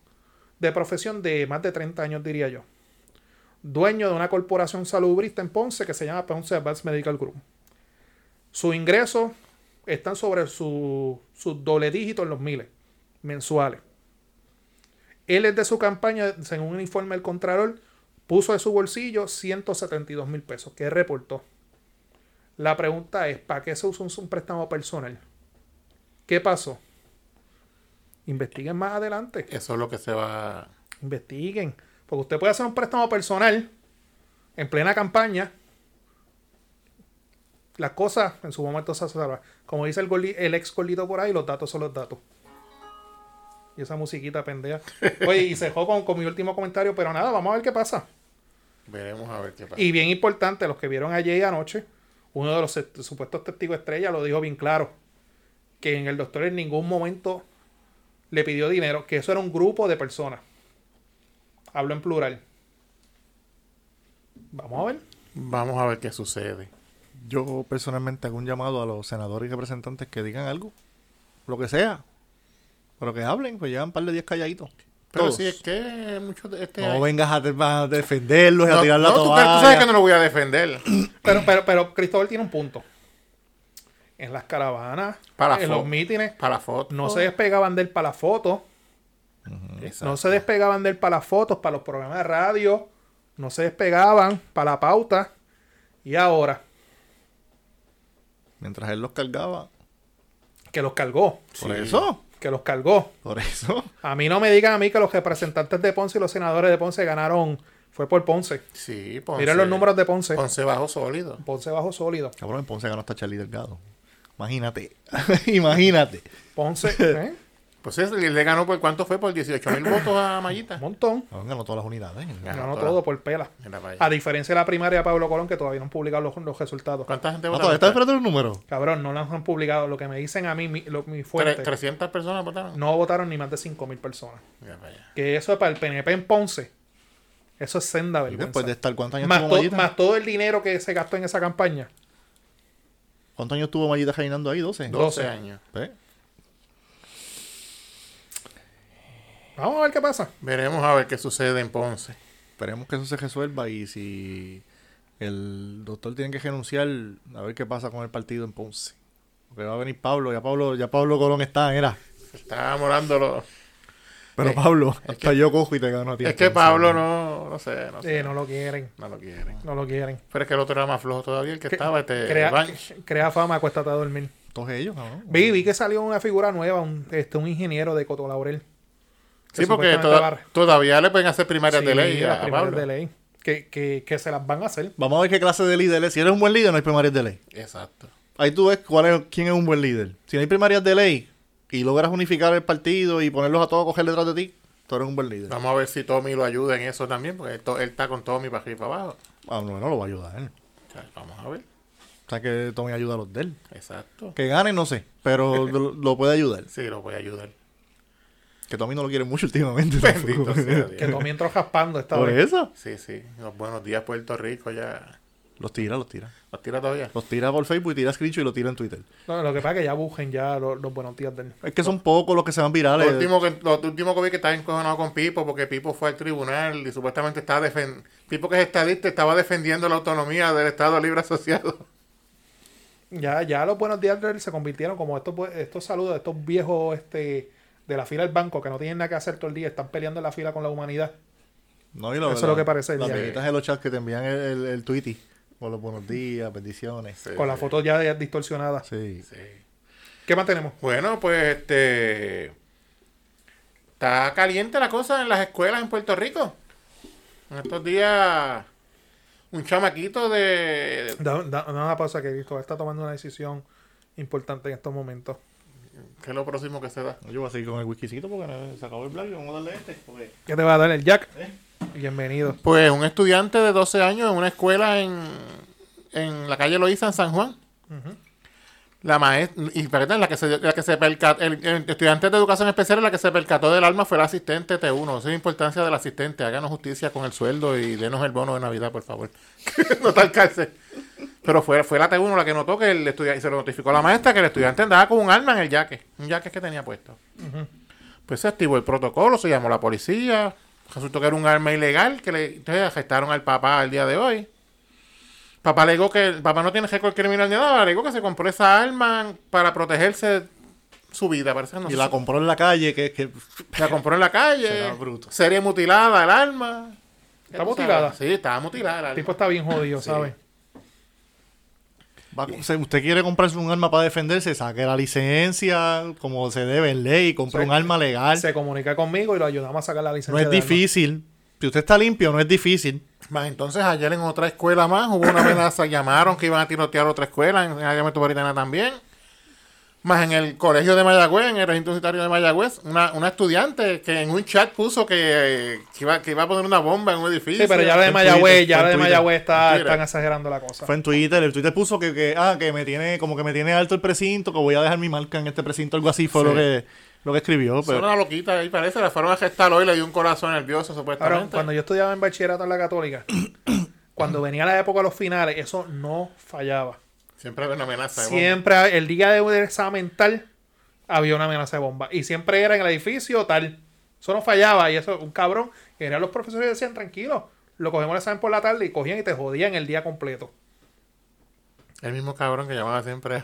Speaker 3: de profesión de más de 30 años, diría yo. Dueño de una corporación salubrista en Ponce que se llama Ponce Advanced Medical Group. Sus ingresos están sobre su, su doble dígito en los miles mensuales. Él es de su campaña, según un informe del Contralor, puso de su bolsillo 172 mil pesos, que reportó. La pregunta es, ¿para qué se usa un, un préstamo personal? ¿Qué pasó? Investiguen más adelante.
Speaker 1: Eso es lo que se va.
Speaker 3: Investiguen. Porque usted puede hacer un préstamo personal en plena campaña. Las cosas en su momento se salvan. Como dice el, gordi- el ex gordito por ahí, los datos son los datos. Y esa musiquita pendeja. Oye, y se dejó con, con mi último comentario, pero nada, vamos a ver qué pasa.
Speaker 1: Veremos a ver qué pasa.
Speaker 3: Y bien importante, los que vieron ayer y anoche, uno de los est- supuestos testigos estrella lo dijo bien claro, que en el doctor en ningún momento le pidió dinero, que eso era un grupo de personas. Hablo en plural. Vamos a ver.
Speaker 1: Vamos a ver qué sucede.
Speaker 2: Yo personalmente hago un llamado a los senadores y representantes que digan algo, lo que sea, pero que hablen, pues llevan un par de días calladitos.
Speaker 1: Pero
Speaker 2: Todos.
Speaker 1: si es que muchos de este.
Speaker 2: No vengas a, te- a defenderlos y a
Speaker 1: No,
Speaker 2: tirar la
Speaker 1: no, tú- tú
Speaker 2: toalla.
Speaker 1: sabes que no lo voy a defender. *clears throat*
Speaker 3: Pero, pero, pero Cristóbal tiene un punto. En las caravanas,
Speaker 1: Para
Speaker 3: en
Speaker 1: fo-
Speaker 3: los mítines,
Speaker 1: Para la foto.
Speaker 3: no se despegaban del para la foto.
Speaker 1: Exacto.
Speaker 3: No se despegaban de él para las fotos, para los programas de radio. No se despegaban para la pauta. Y ahora,
Speaker 2: Mientras él los cargaba.
Speaker 3: que los cargó.
Speaker 2: Por
Speaker 1: Sí.
Speaker 2: eso,
Speaker 3: Que los cargó.
Speaker 2: por eso.
Speaker 3: A mí no me digan a mí que los representantes de Ponce y los senadores de Ponce ganaron. Fue por Ponce.
Speaker 1: Sí, Ponce.
Speaker 3: Miren los números de Ponce. Ponce,
Speaker 1: Ponce bajo sólido.
Speaker 3: bajo sólido.
Speaker 2: Cabrón, en Ponce ganó hasta Charlie Delgado. Imagínate, *laughs* imagínate.
Speaker 3: *laughs* Ponce, ¿eh?
Speaker 1: Pues es- le le ganó por cuánto fue, por 18 mil votos a Mayita.
Speaker 3: un montón.
Speaker 2: Cabrón, ganó todas las unidades.
Speaker 1: Ganó
Speaker 3: Ganó
Speaker 1: todas.
Speaker 3: todo por pela.
Speaker 1: Mira para allá.
Speaker 3: A diferencia de la primaria de Pablo Colón, que todavía no han publicado los, los resultados.
Speaker 1: ¿Cuánta gente
Speaker 2: No,
Speaker 1: votaron?
Speaker 2: todavía está esperando los números.
Speaker 3: Cabrón, no los han publicado. Lo que me dicen a mí, mi, lo- mi
Speaker 1: Tre-
Speaker 3: fuente,
Speaker 1: 300 personas votaron.
Speaker 3: no votaron ni más de 5.000 personas.
Speaker 1: Mira para allá.
Speaker 3: Que eso es para el PNP en Ponce. Eso es senda
Speaker 2: Y
Speaker 3: vergüenza.
Speaker 2: después de estar, ¿cuántos años
Speaker 3: más,
Speaker 2: estuvo
Speaker 3: to-
Speaker 2: Mallita?
Speaker 3: más todo el dinero que se gastó en esa campaña.
Speaker 2: ¿Cuántos años estuvo Mallita reinando ahí? ¿12?
Speaker 1: 12
Speaker 3: 12.
Speaker 1: años.
Speaker 2: ¿Eh?
Speaker 3: Vamos a ver qué pasa.
Speaker 1: Veremos a ver qué sucede en Ponce.
Speaker 2: Esperemos que eso se resuelva y si el doctor tiene que renunciar, a ver qué pasa con el partido en Ponce. Porque va a venir Pablo, ya Pablo, ya Pablo Colón está, era.
Speaker 1: Está morándolo.
Speaker 2: Pero
Speaker 1: Eh,
Speaker 2: Pablo, hasta yo cojo y te gano a ti.
Speaker 1: Es que
Speaker 2: entonces,
Speaker 1: Pablo no, no sé, no sé.
Speaker 3: Eh, no lo quieren,
Speaker 1: No lo quieren.
Speaker 3: no lo quieren.
Speaker 1: Pero es que el otro era más flojo todavía, el que
Speaker 3: Que-
Speaker 1: estaba, este
Speaker 3: Crea,
Speaker 1: Iván.
Speaker 3: crea fama, acuéstate a dormir.
Speaker 2: Todos ellos, cabrón.
Speaker 3: Vi, vi que salió una figura nueva, un, este, un ingeniero de Coto Laurel. que
Speaker 1: Sí, porque
Speaker 3: supuestamente
Speaker 1: toda-
Speaker 3: va a-
Speaker 1: todavía le pueden hacer primarias de
Speaker 3: Sí,
Speaker 1: ley
Speaker 3: las
Speaker 1: a, a
Speaker 3: primarias
Speaker 1: Pablo.
Speaker 3: de ley. Que, que, que se las van a hacer.
Speaker 2: Vamos a ver qué clase de líder es. Si eres un buen líder, no hay primarias de ley.
Speaker 1: Exacto.
Speaker 2: Ahí tú ves cuál es, quién es un buen líder. Si no hay primarias de ley y logras unificar el partido y ponerlos a todos a coger detrás de ti, tú eres un buen líder.
Speaker 1: Vamos a ver si Tommy lo ayuda en eso también, porque él, to- él está con Tommy para arriba y para abajo.
Speaker 2: Ah, no, no lo va a ayudar. ¿eh?
Speaker 1: O sea, vamos a ver.
Speaker 2: O sea, que Tommy ayuda a los de él.
Speaker 1: Exacto.
Speaker 2: Que gane, no sé,
Speaker 3: *laughs*
Speaker 2: pero lo, lo puede ayudar.
Speaker 1: Sí, lo puede ayudar.
Speaker 2: Que Tommy no lo quiere mucho
Speaker 3: *laughs*
Speaker 2: últimamente.
Speaker 1: Bendito
Speaker 2: tampoco.
Speaker 1: sea
Speaker 3: Que
Speaker 1: Dios.
Speaker 3: Tommy entró
Speaker 1: *laughs*
Speaker 3: raspando esta
Speaker 2: *laughs* Por
Speaker 3: vez.
Speaker 2: eso.
Speaker 1: Sí, sí. Los buenos días, Puerto Rico, ya.
Speaker 2: Los tira, los tira.
Speaker 1: ¿Los tira todavía?
Speaker 2: Los tira por Facebook y tira screenshot y lo tira en Twitter.
Speaker 3: No, lo que pasa es que ya busquen ya lo- los, buenos días de él.
Speaker 2: Es que son pocos los que se van virales.
Speaker 1: Lo último, que, lo último que vi que estaba encojonado con Pipo, porque Pipo fue al tribunal y supuestamente estaba defendiendo. Pipo, que es estadista, estaba defendiendo la autonomía del Estado Libre Asociado.
Speaker 3: Ya, ya los buenos días de él se convirtieron como estos, bu- estos saludos, de estos viejos este, de la fila del banco que no tienen nada que hacer todo el día, están peleando en la fila con la humanidad.
Speaker 2: No, y lo-
Speaker 3: Eso es lo que parece el
Speaker 2: Las
Speaker 3: día.
Speaker 2: amiguitas de los chats que te envían el, el, el tweety. Con los buenos días,
Speaker 1: *laughs*
Speaker 2: bendiciones.
Speaker 1: Sí,
Speaker 3: con la
Speaker 1: sí,
Speaker 3: foto ya de- distorsionada.
Speaker 2: Sí.
Speaker 1: sí.
Speaker 3: ¿Qué más tenemos?
Speaker 1: Bueno, pues este. Está caliente la cosa en las escuelas en Puerto Rico. En estos días, un chamaquito de.
Speaker 3: Da, da- da una pausa que Cristóbal está tomando una decisión importante en estos momentos.
Speaker 1: ¿Qué es lo próximo que se da?
Speaker 2: Yo voy a seguir con el whiskycito porque no- se acabó el black y vamos a darle este. porque-
Speaker 3: ¿Qué te va a dar el Jack?
Speaker 2: ¿Eh?
Speaker 3: Bienvenido.
Speaker 1: Pues un estudiante de 12 años en una escuela en, en la calle Loíza, en San Juan, La maestra, y perdón, la que se, la que se percató, el, el estudiante de educación especial, la que se percató del alma fue la asistente T1. Esa es la importancia del asistente. Háganos justicia con el sueldo y denos el bono de Navidad, por favor. *laughs* no te alcances. Pero fue, fue la T1 la que notó que el estudiante, y se lo notificó a la maestra que el estudiante andaba con un arma en el jaque, un jaque que tenía puesto. Pues se activó el protocolo, se llamó la policía, resultó que era un arma ilegal, que le entonces arrestaron al papá el día de hoy. Papá alegó que el papá no tiene récord criminal ni nada, alegó que se compró esa arma para protegerse de su vida, parece que no
Speaker 2: Y
Speaker 1: sé.
Speaker 2: la compró en la calle, que, que
Speaker 1: La compró en la
Speaker 2: Será
Speaker 1: calle.
Speaker 2: bruto.
Speaker 1: Serie mutilada el arma. Tú
Speaker 3: Está
Speaker 1: sabes,
Speaker 3: mutilada.
Speaker 1: Sí, estaba mutilada el
Speaker 3: El
Speaker 1: arma.
Speaker 3: tipo está bien jodido, ¿sabes?
Speaker 2: va a- si usted quiere comprarse un arma para defenderse, saque la licencia como se debe en ley, compre
Speaker 3: Sí.
Speaker 2: un arma legal.
Speaker 3: Se comunica conmigo y lo ayudamos a sacar la licencia.
Speaker 2: no es
Speaker 3: de armas.
Speaker 2: difícil. Si usted está limpio, no es difícil.
Speaker 1: Más entonces ayer en otra escuela más hubo una amenaza, llamaron que iban a tirotear otra escuela, en el área metropolitana también. Más en el colegio de Mayagüez, en el recinto universitario de Mayagüez, una, una estudiante que en un chat puso que, que iba, que iba a poner una bomba en un edificio.
Speaker 3: Sí, pero ya la de
Speaker 2: en Twitter,
Speaker 3: Mayagüez, ya
Speaker 2: en
Speaker 3: la de
Speaker 2: Twitter,
Speaker 3: Mayagüez está,
Speaker 1: en Twitter.
Speaker 3: están exagerando la cosa.
Speaker 2: Fue en Twitter, el Twitter puso que, que, ah, que me tiene, como que me tiene alto el precinto, que voy a dejar mi marca en este precinto, algo así fue
Speaker 1: Sí.
Speaker 2: lo que lo que escribió,
Speaker 1: Son
Speaker 2: pero
Speaker 1: una loquita ahí parece, la fueron a gestar hoy, le dio un corazón nervioso
Speaker 3: Ahora,
Speaker 1: supuestamente.
Speaker 3: cuando yo estudiaba en bachillerato en la católica, cuando venía la época de los finales, eso no fallaba.
Speaker 1: Siempre hay una amenaza. de bomba.
Speaker 3: Siempre, el día de un examen tal, había una amenaza de bomba. Y siempre era en el edificio tal. Eso no fallaba. Y eso, un cabrón. Y eran los profesores que decían, tranquilo, lo cogemos el examen por la tarde y cogían y te jodían el día completo.
Speaker 1: El mismo cabrón que llamaba siempre.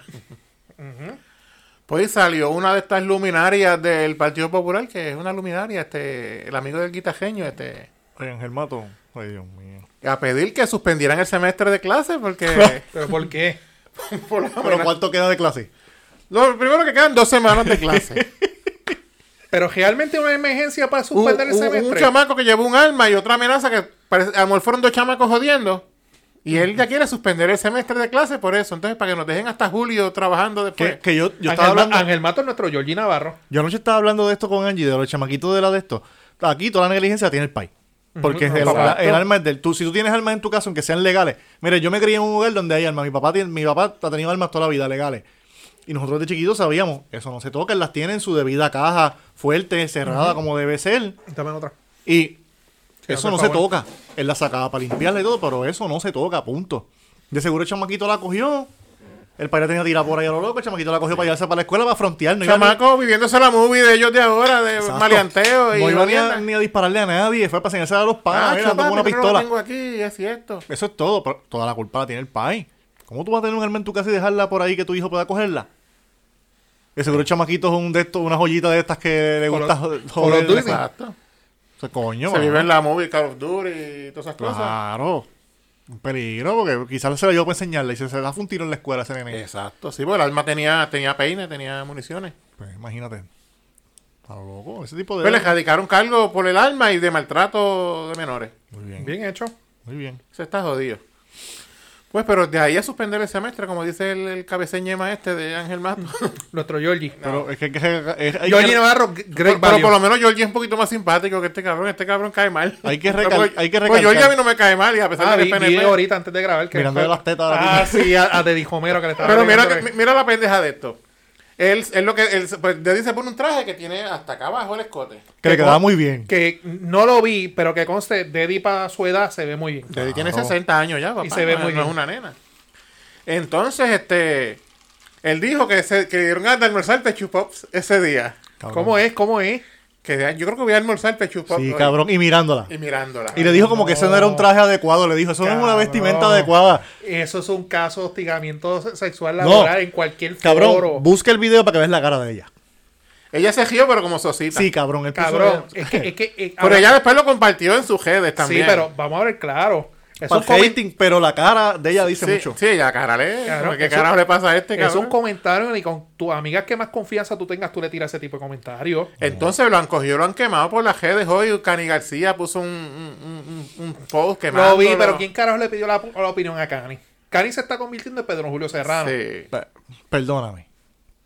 Speaker 1: Pues salió una de estas luminarias del Partido Popular, que es una luminaria, este, el amigo del guitajeño, este,
Speaker 2: Oye, Ángel Mato, ay Dios mío.
Speaker 1: a pedir que suspendieran el semestre de clases
Speaker 2: *laughs*
Speaker 1: porque
Speaker 3: ¿Pero por qué?
Speaker 1: *laughs* por la
Speaker 2: Pero
Speaker 1: amenaza-
Speaker 2: cuánto queda de clase?
Speaker 1: lo primero que quedan dos semanas de
Speaker 2: *laughs*
Speaker 1: clase.
Speaker 3: ¿Pero realmente una emergencia para
Speaker 1: un,
Speaker 3: suspender el
Speaker 1: un- un
Speaker 3: semestre?
Speaker 1: chamaco que llevó un arma y otra amenaza que parece, a lo mejor fueron dos chamacos jodiendo. Y él ya quiere suspender el semestre de clase por eso. Entonces, para que nos dejen hasta julio trabajando después.
Speaker 2: Que, que yo, yo
Speaker 3: Ángel,
Speaker 2: estaba hablando,
Speaker 3: Ma- Ángel Mato es nuestro Georgie Navarro.
Speaker 2: yo anoche estaba hablando de esto con Angie, de los chamaquitos de la de esto. Aquí toda la negligencia la tiene el país. Porque
Speaker 3: Ujú,
Speaker 2: el,
Speaker 1: exacto.
Speaker 2: el arma es del tú. Si tú tienes armas en tu casa, aunque sean legales. Mire, yo me crié en un lugar donde hay armas. Mi papá, tiene, mi papá ha tenido armas toda la vida legales. Y nosotros de chiquitos sabíamos, eso no se toca, él las tiene en su debida caja, fuerte, cerrada, como debe ser.
Speaker 3: Dame otra.
Speaker 2: Y
Speaker 3: hazme
Speaker 2: eso
Speaker 3: el
Speaker 2: no se
Speaker 3: favor.
Speaker 2: toca. Él la sacaba para limpiarla y todo, pero eso no se toca, punto. De seguro el chamaquito la cogió. El padre tenía tirada por ahí a lo loco, el chamaquito la cogió para llevarse para la escuela para frontear. No iba ni-
Speaker 1: chamaco viviéndose la movie de ellos de ahora, de
Speaker 2: Exacto.
Speaker 1: maleanteo y
Speaker 2: No iba ni a,
Speaker 1: jodienda.
Speaker 2: ni a dispararle a nadie, fue para señalarse a los
Speaker 1: Ah,
Speaker 2: panas, mira,
Speaker 1: chupa,
Speaker 2: toma una
Speaker 1: pero no lo
Speaker 2: pistola.
Speaker 1: tengo aquí, es cierto.
Speaker 2: Eso es todo, pero toda la culpa la tiene el país. ¿Cómo tú vas a tener un arma en tu casa y dejarla por ahí que tu hijo pueda cogerla? De seguro el chamaquito es un de estos, una joyita de estas que le
Speaker 3: Call
Speaker 2: gusta
Speaker 3: of-
Speaker 2: jo-
Speaker 3: Call of
Speaker 2: joder.
Speaker 3: Duty.
Speaker 2: Exacto.
Speaker 1: Exacto.
Speaker 2: O sea, coño,
Speaker 1: Se
Speaker 2: mano.
Speaker 1: vive en la movie Call of Duty y todas esas cosas.
Speaker 2: Claro. Un peligro, porque quizás se la llevó para enseñarle y se, se da un tiro en la escuela ese nene.
Speaker 1: Exacto, sí, porque el arma tenía, tenía peine, tenía municiones.
Speaker 2: Pues imagínate. Está loco, ese tipo de.
Speaker 1: Pues le radicaron cargo por el arma y de maltrato de menores.
Speaker 2: Muy bien,
Speaker 3: Bien hecho.
Speaker 2: muy bien.
Speaker 1: Se está jodido. Pues, pero de ahí a suspender el semestre, como dice el, el cabeceñema este de Ángel
Speaker 2: *laughs*
Speaker 1: Mato.
Speaker 3: Nuestro Georgie.
Speaker 2: Pero es que. es que- es- hay,
Speaker 3: Georgie
Speaker 2: que
Speaker 3: Navarro, g-
Speaker 1: pero,
Speaker 3: great
Speaker 1: pero
Speaker 3: value.
Speaker 1: por lo menos Georgie es un poquito más simpático que este cabrón. Este cabrón cae mal.
Speaker 2: Hay
Speaker 1: *laughs*
Speaker 2: que recal-
Speaker 1: Porque-
Speaker 2: hay que
Speaker 1: Pues Georgie
Speaker 2: recalcar.
Speaker 1: a mí no me cae mal y a pesar
Speaker 3: Ah,
Speaker 1: de
Speaker 3: vi,
Speaker 1: que es
Speaker 3: vi
Speaker 1: PNP,
Speaker 3: ahorita antes de grabar que
Speaker 2: Mirándole las tetas a la
Speaker 3: Ah, sí, a, a de Dijomero que le estaba
Speaker 1: Pero mira,
Speaker 3: pegando
Speaker 1: que- mira la pendeja de esto. Él, él lo que él, pues, Daddy se pone un traje que tiene hasta acá abajo el escote.
Speaker 2: que le quedaba muy bien.
Speaker 3: que no lo vi, pero que conste, Deddy para su edad se ve muy bien.
Speaker 1: Daddy tiene
Speaker 2: Claro.
Speaker 1: 60 años ya, papá.
Speaker 3: Y se ve
Speaker 1: no,
Speaker 3: muy
Speaker 1: no es
Speaker 3: bien.
Speaker 1: una nena. Entonces, este. Él dijo que, se, que le dieron ganas de almorzar Pechu Pops ese día.
Speaker 2: Cabrón.
Speaker 3: ¿Cómo es? ¿Cómo es?
Speaker 1: Que de- yo creo que voy a almorzar Pechu Pops.
Speaker 2: Sí,
Speaker 1: hoy.
Speaker 2: cabrón, y mirándola.
Speaker 1: Y mirándola.
Speaker 2: Y le dijo como que eso no era un traje adecuado. Le dijo, eso no es una
Speaker 3: Cabrón.
Speaker 2: vestimenta adecuada.
Speaker 3: Eso es un caso de hostigamiento se- sexual laboral
Speaker 2: No.
Speaker 3: en cualquier
Speaker 2: Cabrón,
Speaker 3: foro.
Speaker 2: busca el video para que veas la cara de ella.
Speaker 1: Ella se rió, pero como sosita.
Speaker 2: Sí, cabrón. él puso-
Speaker 3: Cabrón, es que... Es que eh,
Speaker 1: Pero
Speaker 3: ahora-
Speaker 1: ella después lo compartió en sus redes
Speaker 3: Sí,
Speaker 1: también.
Speaker 3: pero vamos a ver, claro. *laughs* Es
Speaker 2: Para
Speaker 3: un,
Speaker 2: el
Speaker 3: comen-
Speaker 2: hating, pero la cara de ella dice
Speaker 1: Sí,
Speaker 2: mucho.
Speaker 1: sí, ella, carale.
Speaker 3: Cabrón,
Speaker 1: ¿Qué
Speaker 3: eso-
Speaker 1: carajo le pasa a este,
Speaker 3: es un
Speaker 1: cabrón?
Speaker 3: comentario y con tus amigas que más confianza tú tengas, tú le tiras ese tipo de comentarios.
Speaker 2: Eh,
Speaker 1: Entonces lo han cogido, lo han quemado por las redes hoy. Cani García puso un, un, un- un post quemado.
Speaker 3: Lo vi, pero ¿quién carajo le pidió la, la opinión a Cani? Cani se está convirtiendo en Pedro Julio Serrano.
Speaker 1: Sí.
Speaker 2: Pe- Perdóname.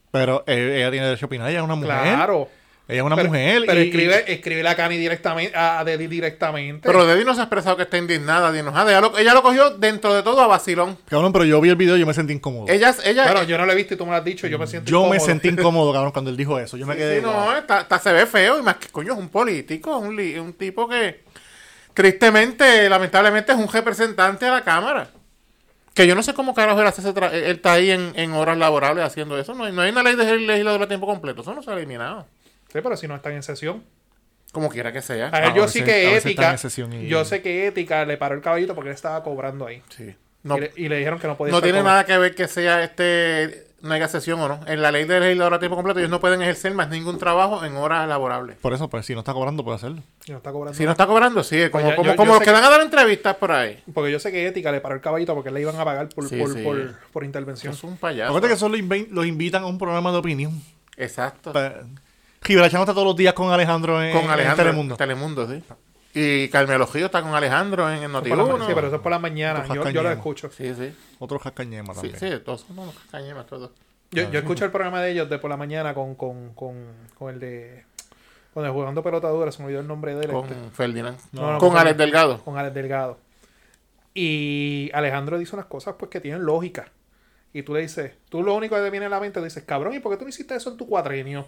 Speaker 2: Pero eh, ella tiene derecho a opinar, ella es una mujer.
Speaker 3: Claro.
Speaker 2: Ella es una
Speaker 3: pero,
Speaker 2: mujer.
Speaker 3: pero
Speaker 2: y-
Speaker 3: escribe, escribe la Cani directamente, a, a Deddy directamente.
Speaker 1: Pero Debbie no se ha expresado que está indignada. Dino, ah, ella, lo, ella lo cogió dentro de todo a vacilón.
Speaker 2: Cabrón, pero yo vi el video y yo me sentí incómodo.
Speaker 1: Ella, ella, eh,
Speaker 3: claro, yo no la he visto y tú me lo has dicho. Yo me siento
Speaker 2: yo me
Speaker 3: incómodo.
Speaker 2: sentí incómodo, cabrón, cuando él dijo eso. Yo me
Speaker 1: Sí,
Speaker 2: quedé.
Speaker 1: sí,
Speaker 2: "Wow".
Speaker 1: no, eh. está- está- se ve feo y más que coño es un político, es un, li- es un tipo que tristemente, lamentablemente es un representante a la Cámara. Que yo no sé cómo carajo él hace ese tra- él él está ahí en, en horas laborales haciendo eso. No hay, no hay una ley de legislador a tiempo completo, eso no se ha eliminado.
Speaker 3: Sí, pero si no están en sesión.
Speaker 1: Como quiera que sea.
Speaker 3: A él
Speaker 2: Ah,
Speaker 3: yo
Speaker 2: a
Speaker 3: sí
Speaker 2: veces- a
Speaker 3: que
Speaker 2: veces están
Speaker 3: ética.
Speaker 2: en sesión y-
Speaker 3: Yo sé que ética le paró el caballito porque él estaba cobrando ahí.
Speaker 1: Sí. No,
Speaker 3: Y, le, y le dijeron que no podía
Speaker 1: no
Speaker 3: estar
Speaker 1: tiene
Speaker 3: cobrando.
Speaker 1: nada que ver que sea este no haya sesión o no. En la ley de legislador a tiempo completo ellos no pueden ejercer más ningún trabajo en horas laborables.
Speaker 2: Por eso, pues si no está cobrando, puede hacerlo.
Speaker 3: Y no está cobrando
Speaker 1: Si no
Speaker 3: nada.
Speaker 1: está cobrando, sí, como,
Speaker 3: Oye, Pues yo-
Speaker 1: como,
Speaker 3: yo
Speaker 1: como los
Speaker 3: sé
Speaker 1: que van a dar entrevistas por ahí.
Speaker 3: Porque yo sé que ética le paró el caballito porque le iban a pagar por,
Speaker 1: Sí,
Speaker 3: por,
Speaker 1: sí.
Speaker 3: por- por intervención.
Speaker 1: Es un payaso.
Speaker 2: Acuérdate que eso lo inven- los invitan a un programa de opinión.
Speaker 1: Exacto.
Speaker 2: Pa- Gibraltar no está todos los días con Alejandro en,
Speaker 1: con
Speaker 2: en
Speaker 1: Alejandro.
Speaker 2: Telemundo.
Speaker 1: Telemundo, sí. Y Carmelo Gio está con Alejandro en, en
Speaker 3: Por la ma-
Speaker 1: Notiuno.
Speaker 3: sí, pero eso es por la mañana.
Speaker 2: Otro
Speaker 3: Yo, yo lo
Speaker 2: jacañema.
Speaker 3: escucho.
Speaker 1: Sí, sí.
Speaker 2: Otro jacañema
Speaker 1: Sí,
Speaker 2: también.
Speaker 1: sí, todos son unos cañemas todos.
Speaker 3: Yo, yo escucho el programa de ellos de por la mañana con, con, con, con el de. Con el jugando pelota dura, se me olvidó el nombre de él. este.
Speaker 1: Con Ferdinand.
Speaker 3: No, no,
Speaker 1: con
Speaker 3: con-
Speaker 1: Alex Delgado.
Speaker 3: con Alex Delgado. Y Alejandro dice unas cosas pues que tienen lógica. Y tú le dices, tú lo único que te viene a la mente dices, cabrón, ¿y por qué tú no hiciste eso en tu cuatrienio?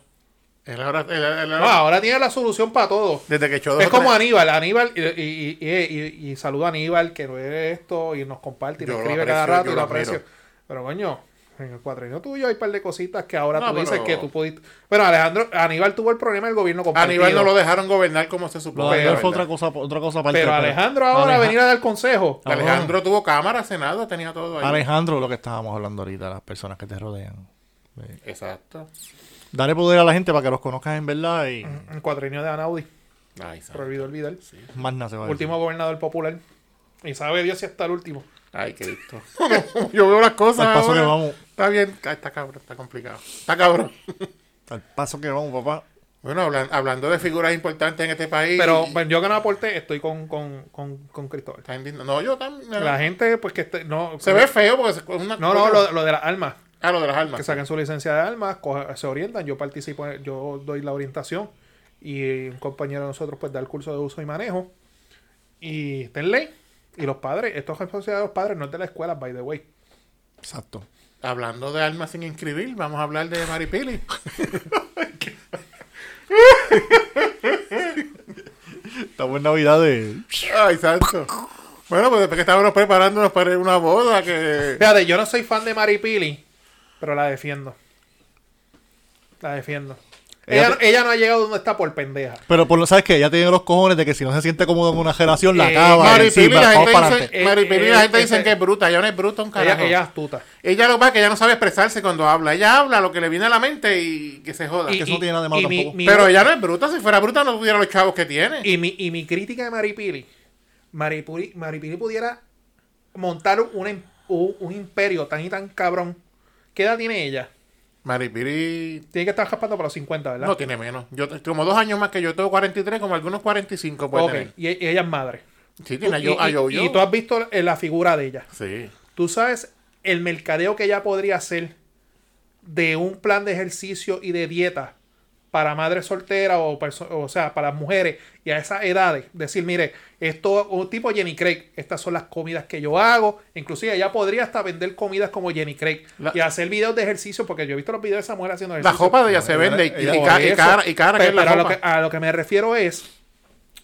Speaker 1: Él ahora- él- él
Speaker 3: No,
Speaker 1: ahora-
Speaker 3: ahora tienes la solución para todo.
Speaker 1: Desde que echó Ah. dos
Speaker 3: Es
Speaker 1: o tres-
Speaker 3: como Aníbal, Aníbal, y, y, y, y- y saludo a Aníbal, que no es esto, y nos comparte, y
Speaker 1: Yo
Speaker 3: nos
Speaker 1: lo
Speaker 3: escribe cada
Speaker 1: aprecio,
Speaker 3: rato,
Speaker 1: yo
Speaker 3: y
Speaker 1: lo
Speaker 3: lo aprecio.
Speaker 1: admiro.
Speaker 3: Pero coño, en el cuatrienio tuyo hay un par de cositas que ahora
Speaker 1: No,
Speaker 3: tú dices
Speaker 1: pero-
Speaker 3: que tú pudiste... Bueno, Alejandro, Aníbal tuvo el problema del gobierno compartido.
Speaker 1: Aníbal no lo dejaron gobernar como se
Speaker 2: Lo
Speaker 1: supone.
Speaker 2: de Alejandro
Speaker 1: la
Speaker 2: fue
Speaker 1: verdad.
Speaker 2: otra cosa, otra cosa aparte.
Speaker 3: Pero
Speaker 2: pero-
Speaker 3: Alejandro ahora
Speaker 2: Aleja-
Speaker 3: venir a dar consejo.
Speaker 2: Ah,
Speaker 1: Alejandro tuvo cámara, senado, tenía todo ahí.
Speaker 2: Alejandro, lo que estábamos hablando ahorita, las personas que te rodean. Eh,
Speaker 1: Exacto.
Speaker 2: Dale poder a la gente para que los conozcas en verdad y
Speaker 3: El cuatrienio de Anaudi,
Speaker 1: Ay, santo.
Speaker 3: prohibido olvidar.
Speaker 2: más nada se
Speaker 1: Ah,
Speaker 2: va a decir.
Speaker 3: Último gobernador popular. Y sabe Dios si hasta el último.
Speaker 1: Ay, qué listo. *laughs* Yo veo las cosas.
Speaker 2: Al paso que
Speaker 1: ahora.
Speaker 2: vamos.
Speaker 1: Está bien. Ay, está cabrón, está complicado. Está cabrón.
Speaker 2: Al paso que vamos, papá.
Speaker 1: Bueno, hablan- hablando de figuras importantes en este país.
Speaker 3: Pero bueno, yo que no aporté, estoy con, con, con, con Cristóbal.
Speaker 1: Está indigno. No, yo también.
Speaker 3: La gente, pues que este- no.
Speaker 1: Se ve feo porque se- una-
Speaker 3: No, no, lo, lo de las almas.
Speaker 1: Ah, lo de las almas.
Speaker 3: Que saquen su licencia de almas, coja- se orientan. Yo participo, en- yo doy la orientación. Y un compañero de nosotros, pues, da el curso de uso y manejo. Y está en ley. Y los padres, esto es responsabilidad de los padres, no es de la escuela, by the way.
Speaker 2: Exacto.
Speaker 1: Hablando de almas sin inscribir, vamos a hablar de Maripili.
Speaker 2: Esta buena Navidad de.
Speaker 1: Ay, santo. Bueno, pues después que estábamos preparándonos para una boda que...
Speaker 3: Fíjate, yo no soy fan de Maripili, pero la defiendo. La defiendo.
Speaker 2: Ella
Speaker 3: Ella, no- ella no ha llegado donde está por pendeja.
Speaker 2: Pero por lo sabes que ya tiene los cojones de que si no se siente cómodo en una generación, la
Speaker 3: Eh,
Speaker 2: acaba.
Speaker 1: Mari
Speaker 2: y Ah, sí,
Speaker 1: Pili,
Speaker 2: va-
Speaker 1: la
Speaker 2: vamos
Speaker 1: gente
Speaker 2: para
Speaker 1: dice,
Speaker 2: adelante.
Speaker 3: eh,
Speaker 1: Mari Pili, la
Speaker 3: eh,
Speaker 1: gente dice
Speaker 3: ese-
Speaker 1: que es bruta. Ella no es bruta, un
Speaker 3: Ella,
Speaker 1: carajo.
Speaker 3: ella es
Speaker 1: Ella,
Speaker 3: astuta.
Speaker 1: lo que pasa es que ella no sabe expresarse cuando habla. Ella habla lo que le viene a la mente y que se joda.
Speaker 2: que eso no tiene nada de malo
Speaker 3: y mi-
Speaker 2: tampoco.
Speaker 3: mi-
Speaker 1: Pero ella no es bruta. Si fuera bruta no tuviera los chavos que tiene.
Speaker 3: y, mi, y mi crítica de Maripili, Maripili, Maripili pudiera montar un, em- un, un imperio tan y tan cabrón. ¿Qué edad tiene ella?
Speaker 1: Maripili
Speaker 3: Tiene que estar escapando para los 50, ¿verdad?
Speaker 1: no tiene menos. Yo te- como dos años más que yo tengo 43, como algunos 45 puede
Speaker 3: Ok,
Speaker 1: tener.
Speaker 3: y, y ella es madre.
Speaker 1: Sí, tiene a
Speaker 3: Y-
Speaker 1: yo, a
Speaker 3: y-
Speaker 1: yo,
Speaker 3: y tú has visto eh, la figura de ella.
Speaker 1: Sí.
Speaker 3: Tú sabes el mercadeo que ella podría hacer de un plan de ejercicio y de dieta para madres solteras o, perso- o sea, para mujeres y a esas edades. Decir, mire, esto, o tipo Jenny Craig, estas son las comidas que yo hago. Inclusive ella podría hasta vender comidas como Jenny Craig
Speaker 1: La-
Speaker 3: y hacer videos de ejercicio, porque yo he visto los videos de esa mujer haciendo
Speaker 1: La
Speaker 3: ejercicio.
Speaker 1: ropa de ella se
Speaker 2: Ella-
Speaker 1: vende y,
Speaker 2: ella-
Speaker 1: y
Speaker 3: Por
Speaker 1: ca- y
Speaker 3: eso.
Speaker 1: cara, y cara que es
Speaker 3: Pero,
Speaker 1: la
Speaker 3: pero a, lo
Speaker 1: ropa.
Speaker 3: que, a lo que me refiero es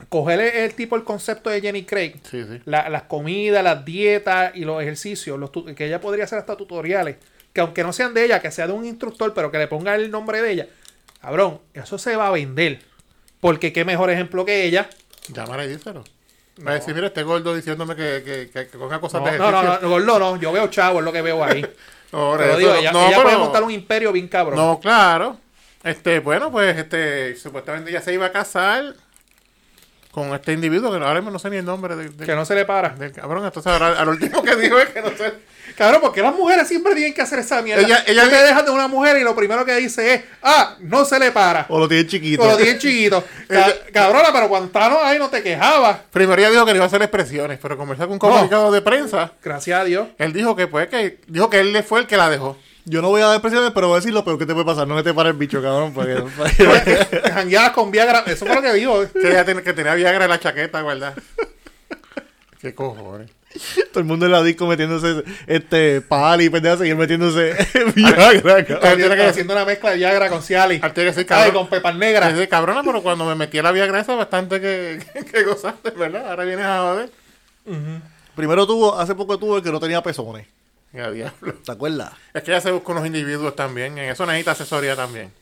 Speaker 3: coger el, el tipo el concepto de Jenny Craig
Speaker 1: Sí, sí.
Speaker 3: la- las comidas, las dietas y los ejercicios, los tu- que ella podría hacer hasta tutoriales, que aunque no sean de ella, que sea de un instructor, pero que le ponga el nombre de ella, cabrón, eso se va a vender. Porque qué mejor ejemplo que ella.
Speaker 1: Llámala y díselo. Va a decir, mira, este gordo diciéndome que, que, que, que coja cosas
Speaker 3: No,
Speaker 1: de
Speaker 3: no,
Speaker 1: ejercicio.
Speaker 3: no, no, gordo, no, yo veo chavo, es lo que
Speaker 1: *laughs*
Speaker 3: veo ahí.
Speaker 1: Ahora,
Speaker 3: Te lo
Speaker 1: eso
Speaker 3: digo,
Speaker 1: no-
Speaker 3: ella,
Speaker 1: no,
Speaker 3: ella
Speaker 1: pero-
Speaker 3: puede montar un imperio bien cabrón.
Speaker 1: No, claro. Este, bueno, pues este, supuestamente ella se iba a casar con este individuo que ahora mismo no sé ni el nombre del, del-
Speaker 3: Que no se le para.
Speaker 1: del cabrón. Entonces ahora al último que *laughs* dijo es que no sé.
Speaker 3: Cabrón, porque las mujeres siempre tienen que hacer esa mierda.
Speaker 1: Ella- ella-
Speaker 3: Tú te dejas de una mujer y lo primero que dice es, ah, no se le para.
Speaker 2: O lo tiene chiquito.
Speaker 3: O lo
Speaker 1: *laughs*
Speaker 3: tienen chiquito. Ca- Cabrona, pero cuando estábamos ahí no te quejabas.
Speaker 1: Primero ella dijo que no iba a hacer expresiones, pero conversó con un comunicado de prensa.
Speaker 3: Gracias a Dios. *laughs*
Speaker 1: Él dijo que pues que dijo que él le fue el que la dejó.
Speaker 2: Yo no voy a dar expresiones, pero voy a decir lo peor que te puede pasar. No me te para el bicho, cabrón. Porque,
Speaker 3: *laughs* Jangueadas con Viagra. Eso fue lo que dijo. eh.
Speaker 1: Que, ya ten- que tenía Viagra en la chaqueta, ¿verdad? Qué cojones.
Speaker 2: todo el mundo en la disco metiéndose este pal y pendejas y él metiéndose *laughs* Viagra, cabrón.
Speaker 1: tiene que decir-
Speaker 3: haciendo una mezcla de Viagra con Cialis.
Speaker 1: Ahora tiene que decir,
Speaker 3: Ay,
Speaker 1: cabrón.
Speaker 3: con Pepar Negra.
Speaker 1: Dice, cabrona, pero cuando me metí a la Viagra esa, bastante que, *laughs* que, que gozaste, ¿verdad? Ahora vienes a joder.
Speaker 2: Primero tuvo, hace poco tuvo el que no tenía pezones.
Speaker 1: Y a diablo.
Speaker 2: ¿Te acuerdas?
Speaker 1: Es que ella se busca unos individuos también. En eso necesita asesoría también.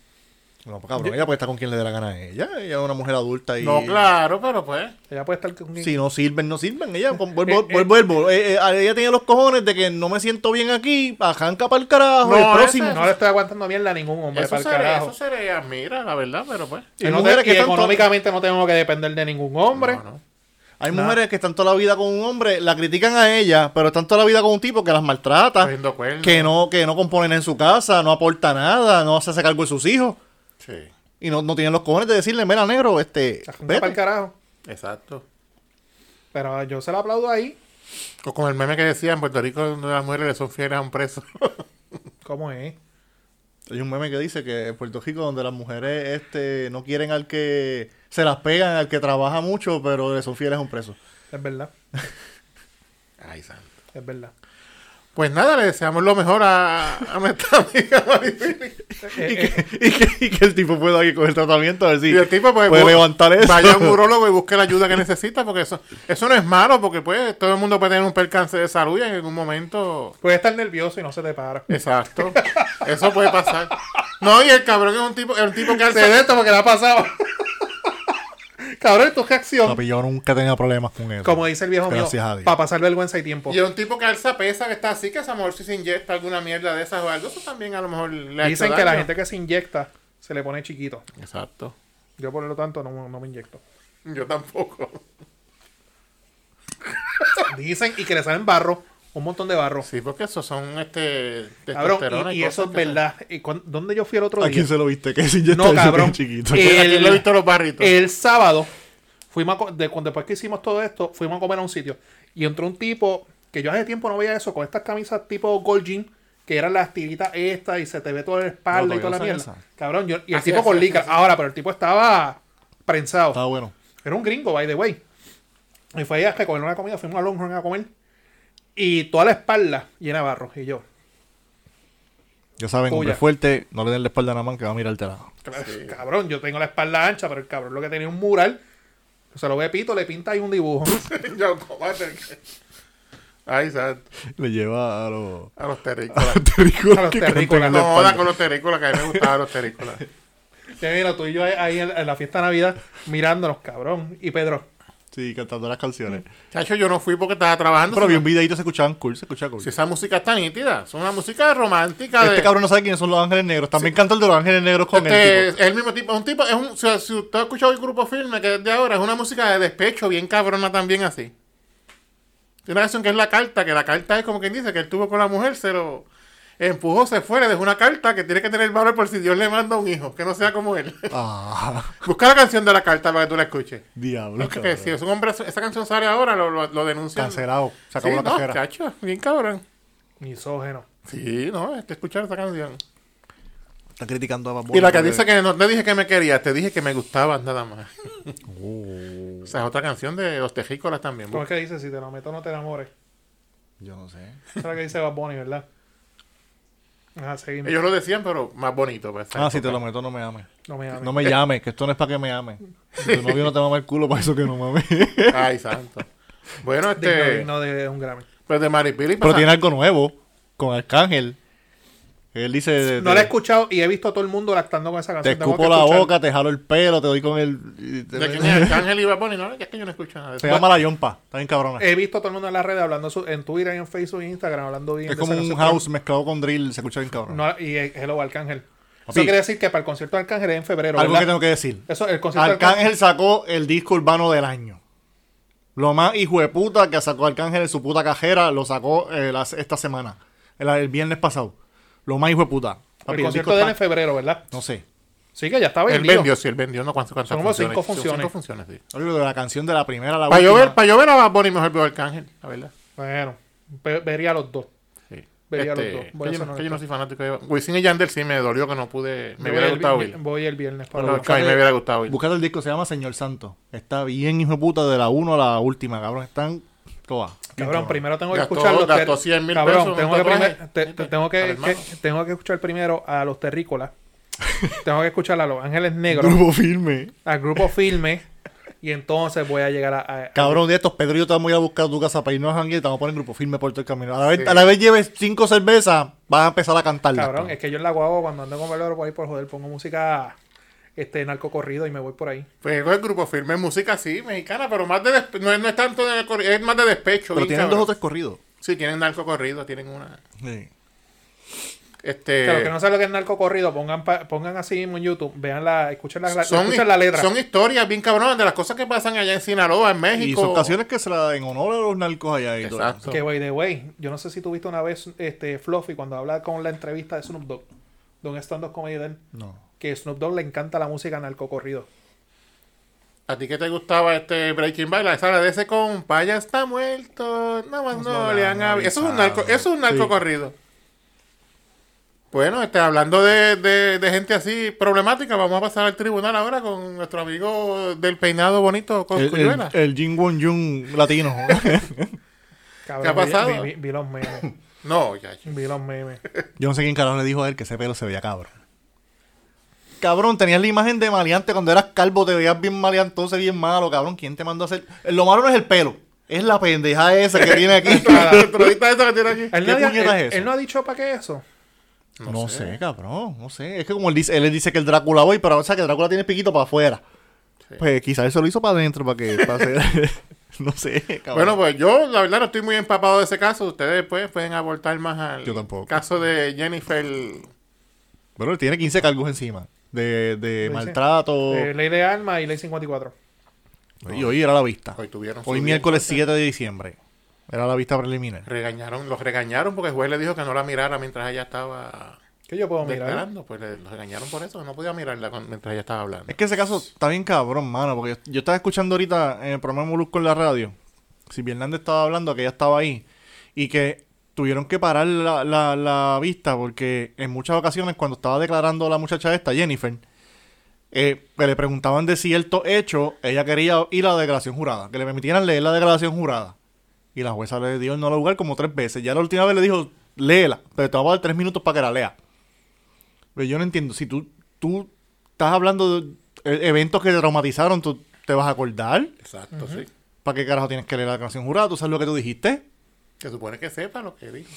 Speaker 2: No, pues, cabrón, ella puede estar con quien le dé la gana a ella. Ella es una mujer adulta y.
Speaker 1: No, claro, pero pues.
Speaker 3: Ella puede estar con
Speaker 2: Si no sirven, no sirven. Ella, con- vuelvo,
Speaker 3: Eh, eh.
Speaker 2: vuelvo, vuelvo. Eh, eh, ella tenía los cojones de que no me siento bien aquí, ajanca para el carajo,
Speaker 1: No,
Speaker 2: el próximo.
Speaker 1: ese-
Speaker 3: No le estoy aguantando mierda a ningún hombre
Speaker 1: Eso
Speaker 3: para el
Speaker 1: sería,
Speaker 3: carajo.
Speaker 1: eso sería, mira, la verdad, pero pues.
Speaker 3: Y,
Speaker 2: Hay
Speaker 3: no te-
Speaker 2: mujeres que
Speaker 3: y
Speaker 2: están
Speaker 3: económicamente no tengo que depender de ningún hombre.
Speaker 1: No, no.
Speaker 2: Hay mujeres que están toda la vida con un hombre, la critican a ella, pero están toda la vida con un tipo que las maltrata,
Speaker 1: Cogiendo cuernos.
Speaker 2: que Pues, no, que no componen en su casa, no aporta nada, no se hace cargo de sus hijos.
Speaker 1: Sí,
Speaker 2: Y no, no tienen los cojones de decirle, mira, negro, este.
Speaker 3: para el
Speaker 2: vete".
Speaker 3: carajo.
Speaker 1: exacto.
Speaker 3: Pero yo se la aplaudo ahí.
Speaker 1: O con el meme que decía, en Puerto Rico donde las mujeres le son fieles a un preso.
Speaker 3: ¿Cómo es?
Speaker 2: Hay un meme que dice que en Puerto Rico, donde las mujeres este, no quieren al que se las pegan, al que trabaja mucho, pero le son fieles a un preso. *laughs*
Speaker 3: Es verdad.
Speaker 1: *laughs* Ay, santo.
Speaker 3: Es verdad.
Speaker 1: Pues nada, le deseamos lo mejor a, a nuestra *laughs* amiga Maribel.
Speaker 3: Eh,
Speaker 2: y,
Speaker 3: eh,
Speaker 2: que, y que- y que el tipo pueda ir con el tratamiento a ver si
Speaker 1: Y el tipo pues,
Speaker 2: puede
Speaker 1: bu-
Speaker 2: levantar eso.
Speaker 1: Vaya a un urólogo y busque la ayuda que necesita, porque eso, eso no es malo, porque pues todo el mundo puede tener un percance de salud y en algún momento.
Speaker 3: puedes estar nervioso y no se te para.
Speaker 1: Exacto. Eso puede pasar. No, y el cabrón es un tipo, es un tipo que
Speaker 3: Se
Speaker 1: alza,
Speaker 3: de esto porque le ha pasado. *laughs* Cabrón, ¿tú qué acción?
Speaker 2: Papi, yo nunca tenía problemas con eso.
Speaker 3: Como dice el viejo mío,
Speaker 2: Gracias a Dios.
Speaker 3: para pasar vergüenza y tiempo.
Speaker 1: y es un tipo que alza pesa que está así, que a lo mejor si se inyecta alguna mierda de esas o algo, eso también a lo mejor le ha hecho
Speaker 3: Dicen que la
Speaker 1: daño.
Speaker 3: gente que se inyecta se le pone chiquito.
Speaker 1: Exacto.
Speaker 3: Yo por lo tanto no, no me inyecto.
Speaker 1: Yo tampoco.
Speaker 3: Dicen y que le salen barro, un montón de barro.
Speaker 1: Sí, porque esos son este
Speaker 3: Cabrón,
Speaker 1: testosterona
Speaker 3: y, y eso
Speaker 1: cosas
Speaker 3: es
Speaker 1: que se-
Speaker 3: verdad. ¿Y cuán- ¿Dónde yo fui el otro
Speaker 2: ¿A
Speaker 3: día?
Speaker 2: quién se lo viste? Que si yo
Speaker 3: No, cabrón.
Speaker 2: chiquito.
Speaker 3: Eh,
Speaker 1: ¿A quién le he
Speaker 3: El-
Speaker 1: visto los barritos?
Speaker 3: El sábado, fuimos a co- de, cu- después que hicimos todo esto, fuimos a comer a un sitio. Y entró un tipo que yo hace tiempo no veía eso, con estas camisas tipo Gold Jean, que eran las tiritas estas y se te ve toda la espalda
Speaker 2: No,
Speaker 3: y toda la
Speaker 2: todavía
Speaker 3: mierda.
Speaker 2: usan
Speaker 3: Cabrón, yo- y el
Speaker 1: Así,
Speaker 3: tipo
Speaker 1: así,
Speaker 3: con
Speaker 1: así,
Speaker 3: licra. Ahora, pero el tipo estaba prensado.
Speaker 2: Está bueno.
Speaker 3: Era un gringo, by the way. Y fue allá a comer una comida, fuimos a Longhorn a comer. Y toda la espalda llena de barro. Y yo,
Speaker 2: Ya saben, hombre
Speaker 3: Puya.
Speaker 2: fuerte, no le den la espalda a Namán que va a mirarte la.
Speaker 1: *laughs* Sí.
Speaker 3: cabrón, yo tengo la espalda ancha, pero el cabrón lo que tenía un mural, se lo ve pito, le pinta ahí un dibujo.
Speaker 2: *laughs*
Speaker 3: *laughs*
Speaker 1: Ya, tomate. Ay, santo.
Speaker 2: *laughs* Le lleva a los. *laughs*
Speaker 1: A los
Speaker 3: *laughs*
Speaker 2: A
Speaker 1: terrícolas.
Speaker 2: los terrícolas
Speaker 3: A los
Speaker 2: que cantan
Speaker 3: terrícolas.
Speaker 2: en la
Speaker 1: No,
Speaker 2: espalda.
Speaker 1: joda con los terrícolas, que a mí me gustaban los terrícolas.
Speaker 3: Ya mira, tú y yo ahí- ahí en, en la fiesta de Navidad mirándonos, cabrón. Y Pedro,
Speaker 2: Sí, cantando las canciones.
Speaker 3: Mm.
Speaker 1: Chacho, yo no fui porque estaba trabajando.
Speaker 2: Pero
Speaker 1: si
Speaker 2: vi
Speaker 1: no-
Speaker 2: un videito se escuchaban cool, se escuchaba cool.
Speaker 1: Si esa música está nítida, es una música romántica.
Speaker 2: Este
Speaker 1: de,
Speaker 2: cabrón no sabe quiénes son los ángeles negros. También canta el de los ángeles negros con
Speaker 1: Este,
Speaker 2: él.
Speaker 1: es el mismo tipo, es un tipo, es un, si, si usted ha escuchado el grupo firme que es de ahora, es una música de despecho bien cabrona también así. Tiene una canción que es la carta, que la carta es como quien dice, que él tuvo con la mujer, se lo empujó, se fue, le dejó una carta que tiene que tener valor por si Dios le manda un hijo, que no sea como él.
Speaker 2: Ah,
Speaker 1: *laughs*
Speaker 2: *laughs*
Speaker 1: Busca la canción de la carta para que tú la escuches.
Speaker 2: diablo.
Speaker 1: Es que
Speaker 2: cabrón.
Speaker 1: si es un hombre, esa canción sale ahora, lo, lo, lo denuncian.
Speaker 2: Cancelado. Se acabó
Speaker 1: Sí,
Speaker 2: la
Speaker 1: no,
Speaker 2: cajera.
Speaker 1: chacho, bien cabrón.
Speaker 3: misógeno.
Speaker 1: Sí, no, es que escuchar esa canción.
Speaker 2: Está criticando a Bad Bunny
Speaker 1: Y la que
Speaker 2: porque-
Speaker 1: dice que no te dije que me querías, te dije que me gustabas nada
Speaker 2: *laughs*
Speaker 1: más.
Speaker 2: Oh,
Speaker 1: O sea, es otra canción de los tejícolas también.
Speaker 3: ¿Cómo es que dice? Si te lo meto, no te enamores.
Speaker 2: yo no sé.
Speaker 3: Esa es la que dice Bad Bunny, ¿verdad? Ajá, seguimos.
Speaker 1: Ellos lo decían, pero más bonito. pues,
Speaker 2: Ah,
Speaker 1: ¿sabes?
Speaker 2: si te lo meto, no me ames.
Speaker 3: No me
Speaker 2: No
Speaker 3: llames.
Speaker 2: me llames, que esto no es para que me ames.
Speaker 1: *laughs*
Speaker 2: Tu novio no te mama el culo, para eso que no mames.
Speaker 1: Ay, santo. Bueno, este.
Speaker 3: Digno, digno *laughs* de un Grammy.
Speaker 1: Pero de Maripili
Speaker 2: Pero tiene algo nuevo con Arcángel. Él dice: de-
Speaker 3: No la he
Speaker 2: de-
Speaker 3: escuchado y he visto a todo el mundo lactando con esa
Speaker 2: Te
Speaker 3: canción. Tengo que
Speaker 2: escupo la
Speaker 3: escuchar.
Speaker 2: boca, te jalo el pelo, te doy con el. y te-
Speaker 1: ¿De quién es? Ángel y Bad Bunny, No, es que yo no escucho nada de
Speaker 2: *laughs* Se
Speaker 1: eso.
Speaker 2: llama La Yompa. Está bien cabrona.
Speaker 1: Eh,
Speaker 3: He visto a todo el mundo en las redes hablando su- en Twitter, en Facebook, en Instagram, hablando bien.
Speaker 2: es
Speaker 3: de
Speaker 2: como
Speaker 3: esa
Speaker 2: un
Speaker 3: canción.
Speaker 2: house mezclado con drill. Se escucha bien cabrón.
Speaker 3: No, y eh, Hello Arcángel.
Speaker 2: Papi.
Speaker 3: Eso quiere decir que para el concierto de Arcángel es en febrero.
Speaker 2: Algo
Speaker 3: ¿verdad?
Speaker 2: que tengo que decir.
Speaker 3: Eso, el concierto de Arcángel.
Speaker 2: Arcángel sacó el disco urbano del año. Lo más hijo de puta que sacó Arcángel en su puta cajera lo sacó eh, la- esta semana. El, el viernes pasado. Lo más hijo de puta. Papi,
Speaker 3: el
Speaker 2: el
Speaker 3: concierto
Speaker 2: disco
Speaker 3: de él en
Speaker 2: está-
Speaker 3: febrero, ¿verdad?
Speaker 2: No sé.
Speaker 3: Sí, que ya está
Speaker 1: Él
Speaker 3: vendido.
Speaker 1: vendió, sí, él vendió. No, ¿cuántas, cuántas
Speaker 3: Son como
Speaker 1: funciones?
Speaker 3: cinco
Speaker 1: Son
Speaker 3: funciones.
Speaker 1: Cinco funciones, sí.
Speaker 2: Yo digo de la canción de la primera a la
Speaker 1: Para yo,
Speaker 2: última.
Speaker 1: ver, para yo ver a Bad Bunny, mejor veo a Arcángel, la verdad.
Speaker 3: Bueno, ve- vería a los dos.
Speaker 1: Sí.
Speaker 3: Vería
Speaker 1: Este,
Speaker 3: los dos.
Speaker 1: que
Speaker 3: Voy a
Speaker 1: yo,
Speaker 3: hacer
Speaker 1: no-
Speaker 3: una
Speaker 1: que yo no
Speaker 3: lista.
Speaker 1: soy fanático de... Wisin y Yandel sí me dolió que no pude... Me
Speaker 3: Yo
Speaker 1: hubiera
Speaker 3: voy el
Speaker 1: gustado
Speaker 3: vi-
Speaker 1: ir.
Speaker 3: voy el viernes para
Speaker 1: Bueno,
Speaker 3: ver.
Speaker 1: a mí me hubiera gustado ir.
Speaker 2: Buscate el disco, se llama Señor Santo. Está bien, hijo de puta, de la 1 a la última, cabrón. Están todas. Bien,
Speaker 3: Cabrón, primero tengo que
Speaker 1: Gastó-
Speaker 3: escuchar los ter-
Speaker 1: gastó 100 mil
Speaker 3: Cabrón,
Speaker 1: pesos en
Speaker 3: tengo
Speaker 1: un
Speaker 3: que,
Speaker 1: tatuaje.
Speaker 3: primer- te- te-
Speaker 1: Vete,
Speaker 3: tengo,
Speaker 1: al
Speaker 3: que,
Speaker 1: hermano.
Speaker 3: que- tengo que escuchar primero a
Speaker 1: *laughs*
Speaker 3: los terrícolas. tengo que escuchar a los ángeles negros,
Speaker 2: Grupo firme.
Speaker 3: al grupo filme. Y entonces voy a llegar a. a- a-
Speaker 2: Cabrón, de estos, Pedro y yo te vamos a ir a buscar a tu casa para irnos a janguear y te vamos a poner grupo firme por todo el camino. A la vez, a la vez lleves cinco cervezas, vas a empezar a cantarla.
Speaker 3: Cabrón, es que yo en la guagua cuando ando con Veloro por ahí por joder, pongo música este narco corrido y me voy por ahí.
Speaker 1: Pues con el grupo firme es música así, mexicana, pero más de despe- no, es, no es tanto de cor- es más de despecho.
Speaker 2: Pero
Speaker 1: bien
Speaker 2: tienen dos
Speaker 1: cabrón.
Speaker 2: o tres corridos.
Speaker 1: Sí, tienen narco corrido, tienen una.
Speaker 2: Sí.
Speaker 1: Este.
Speaker 3: Claro, que no saben lo que es narco corrido, pongan, pa- pongan así mismo en YouTube, vean la, escuchen la, la-
Speaker 1: son,
Speaker 3: escuchen la letra.
Speaker 1: son historias bien cabronas de las cosas que pasan allá en Sinaloa, en México.
Speaker 2: Y son canciones que se la en honor a los narcos allá. Y todo
Speaker 1: Exacto.
Speaker 3: Que by the way, yo no sé si tú viste una vez este Fluffy cuando habla con la entrevista de Snoop Dogg, de un stand-up comedy de él,
Speaker 2: eso. No.
Speaker 3: que Snoop Dogg le encanta la música narcocorrido.
Speaker 1: ¿A ti que te gustaba este Breaking Bad? La de Sara de ese compa ya está muerto. Nada más
Speaker 2: Pues
Speaker 1: no,
Speaker 2: no
Speaker 1: le
Speaker 2: le
Speaker 1: han
Speaker 2: han
Speaker 1: avisado. Eso es un narco,
Speaker 2: avisado.
Speaker 1: eso es un narco
Speaker 2: Sí.
Speaker 1: corrido. Bueno, este, hablando de, de- de gente así problemática, vamos a pasar al tribunal ahora con nuestro amigo del peinado bonito, con
Speaker 2: El, el, el Jin Won Jun latino.
Speaker 3: Cabrón,
Speaker 1: ¿Qué ha
Speaker 3: vi-
Speaker 1: pasado?
Speaker 3: Vi, vi- vi los
Speaker 1: *laughs*
Speaker 3: memes,
Speaker 1: No, ya. *laughs* ya.
Speaker 3: vi los memes.
Speaker 2: *laughs* Yo no sé quién carajo le dijo a él que ese pelo se veía cabrón. Cabrón, tenías la imagen de maleante cuando eras calvo, te veías bien maleantoso, bien malo, cabrón. ¿Quién te mandó a hacer? Lo malo no es el pelo, es la pendeja esa que
Speaker 1: *laughs*
Speaker 2: tiene aquí.
Speaker 1: La troita esa que tiene aquí.
Speaker 3: Él,
Speaker 2: ¿Qué
Speaker 3: no había-
Speaker 2: puñeta
Speaker 3: él-
Speaker 2: es eso?
Speaker 3: él no ha dicho para qué eso.
Speaker 2: no sé. cabrón, no sé. Es que como él dice, él dice que el Drácula voy, pero o sea que el Drácula tiene el piquito para afuera. Pues quizás eso lo hizo para adentro, para que... para hacer- *laughs* no sé, cabrón.
Speaker 1: Bueno, pues yo la verdad no estoy muy empapado de ese caso. Ustedes pues, pueden aportar más al
Speaker 2: Yo tampoco.
Speaker 1: caso de Jennifer.
Speaker 2: Bueno, él tiene 15 cargos encima. De, de
Speaker 3: Sí, sí.
Speaker 2: maltrato.
Speaker 1: Oh.
Speaker 3: Eh, ley de armas y ley 54.
Speaker 2: Y hoy era la vista.
Speaker 1: Hoy tuvieron su
Speaker 2: Hoy
Speaker 1: día
Speaker 2: miércoles 7 de diciembre. Era la vista preliminar.
Speaker 1: Regañaron, los regañaron porque el juez le dijo que no la mirara mientras ella estaba
Speaker 3: Que yo
Speaker 2: Oh,
Speaker 3: puedo mirar.
Speaker 1: declarando. Pues le- los regañaron por eso, que no podía mirarla cuando- mientras ella estaba hablando.
Speaker 2: Es que ese caso está bien cabrón, mano, porque yo, yo estaba escuchando ahorita en el programa Molusco en la radio, si Hernández estaba hablando que ella estaba ahí, y que tuvieron que parar la, la- la vista, porque en muchas ocasiones cuando estaba declarando la muchacha esta, Jennifer, eh, que le preguntaban de cierto hecho, ella quería ir a la declaración jurada, que le permitieran leer la declaración jurada. Y la jueza le dio el no lugar como tres veces. Ya la última vez le dijo, léela, pero te vamos a dar tres minutos para que la lea. Pero yo no entiendo. Si tú, tú estás hablando de eh, eventos que te traumatizaron, ¿tú te vas a acordar?
Speaker 1: Exacto, sí.
Speaker 2: ¿Para qué carajo tienes que leer la canción jurada? ¿Tú sabes lo que tú dijiste?
Speaker 1: Que supone que sepa lo que dijo.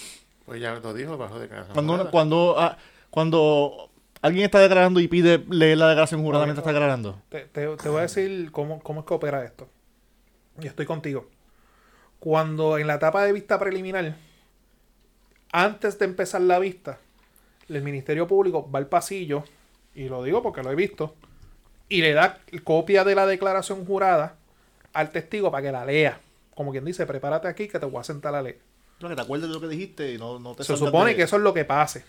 Speaker 1: Pues ya lo dijo bajo declaración.
Speaker 2: Cuando, una-
Speaker 1: jurada.
Speaker 2: cuando, ah, cuando alguien está declarando y pide leer la declaración jurada mientras está declarando.
Speaker 3: Te, te- te voy a decir cómo, cómo es que opera esto. Y estoy contigo. Cuando en la etapa de vista preliminar, antes de empezar la vista, el Ministerio Público va al pasillo, y lo digo porque lo he visto, y le da copia de la declaración jurada al testigo para que la lea. Como quien dice, prepárate aquí que te voy a sentar a leer.
Speaker 2: No, que te acuerdes de lo que dijiste y no, no te
Speaker 3: Se supone que eso es lo que pase.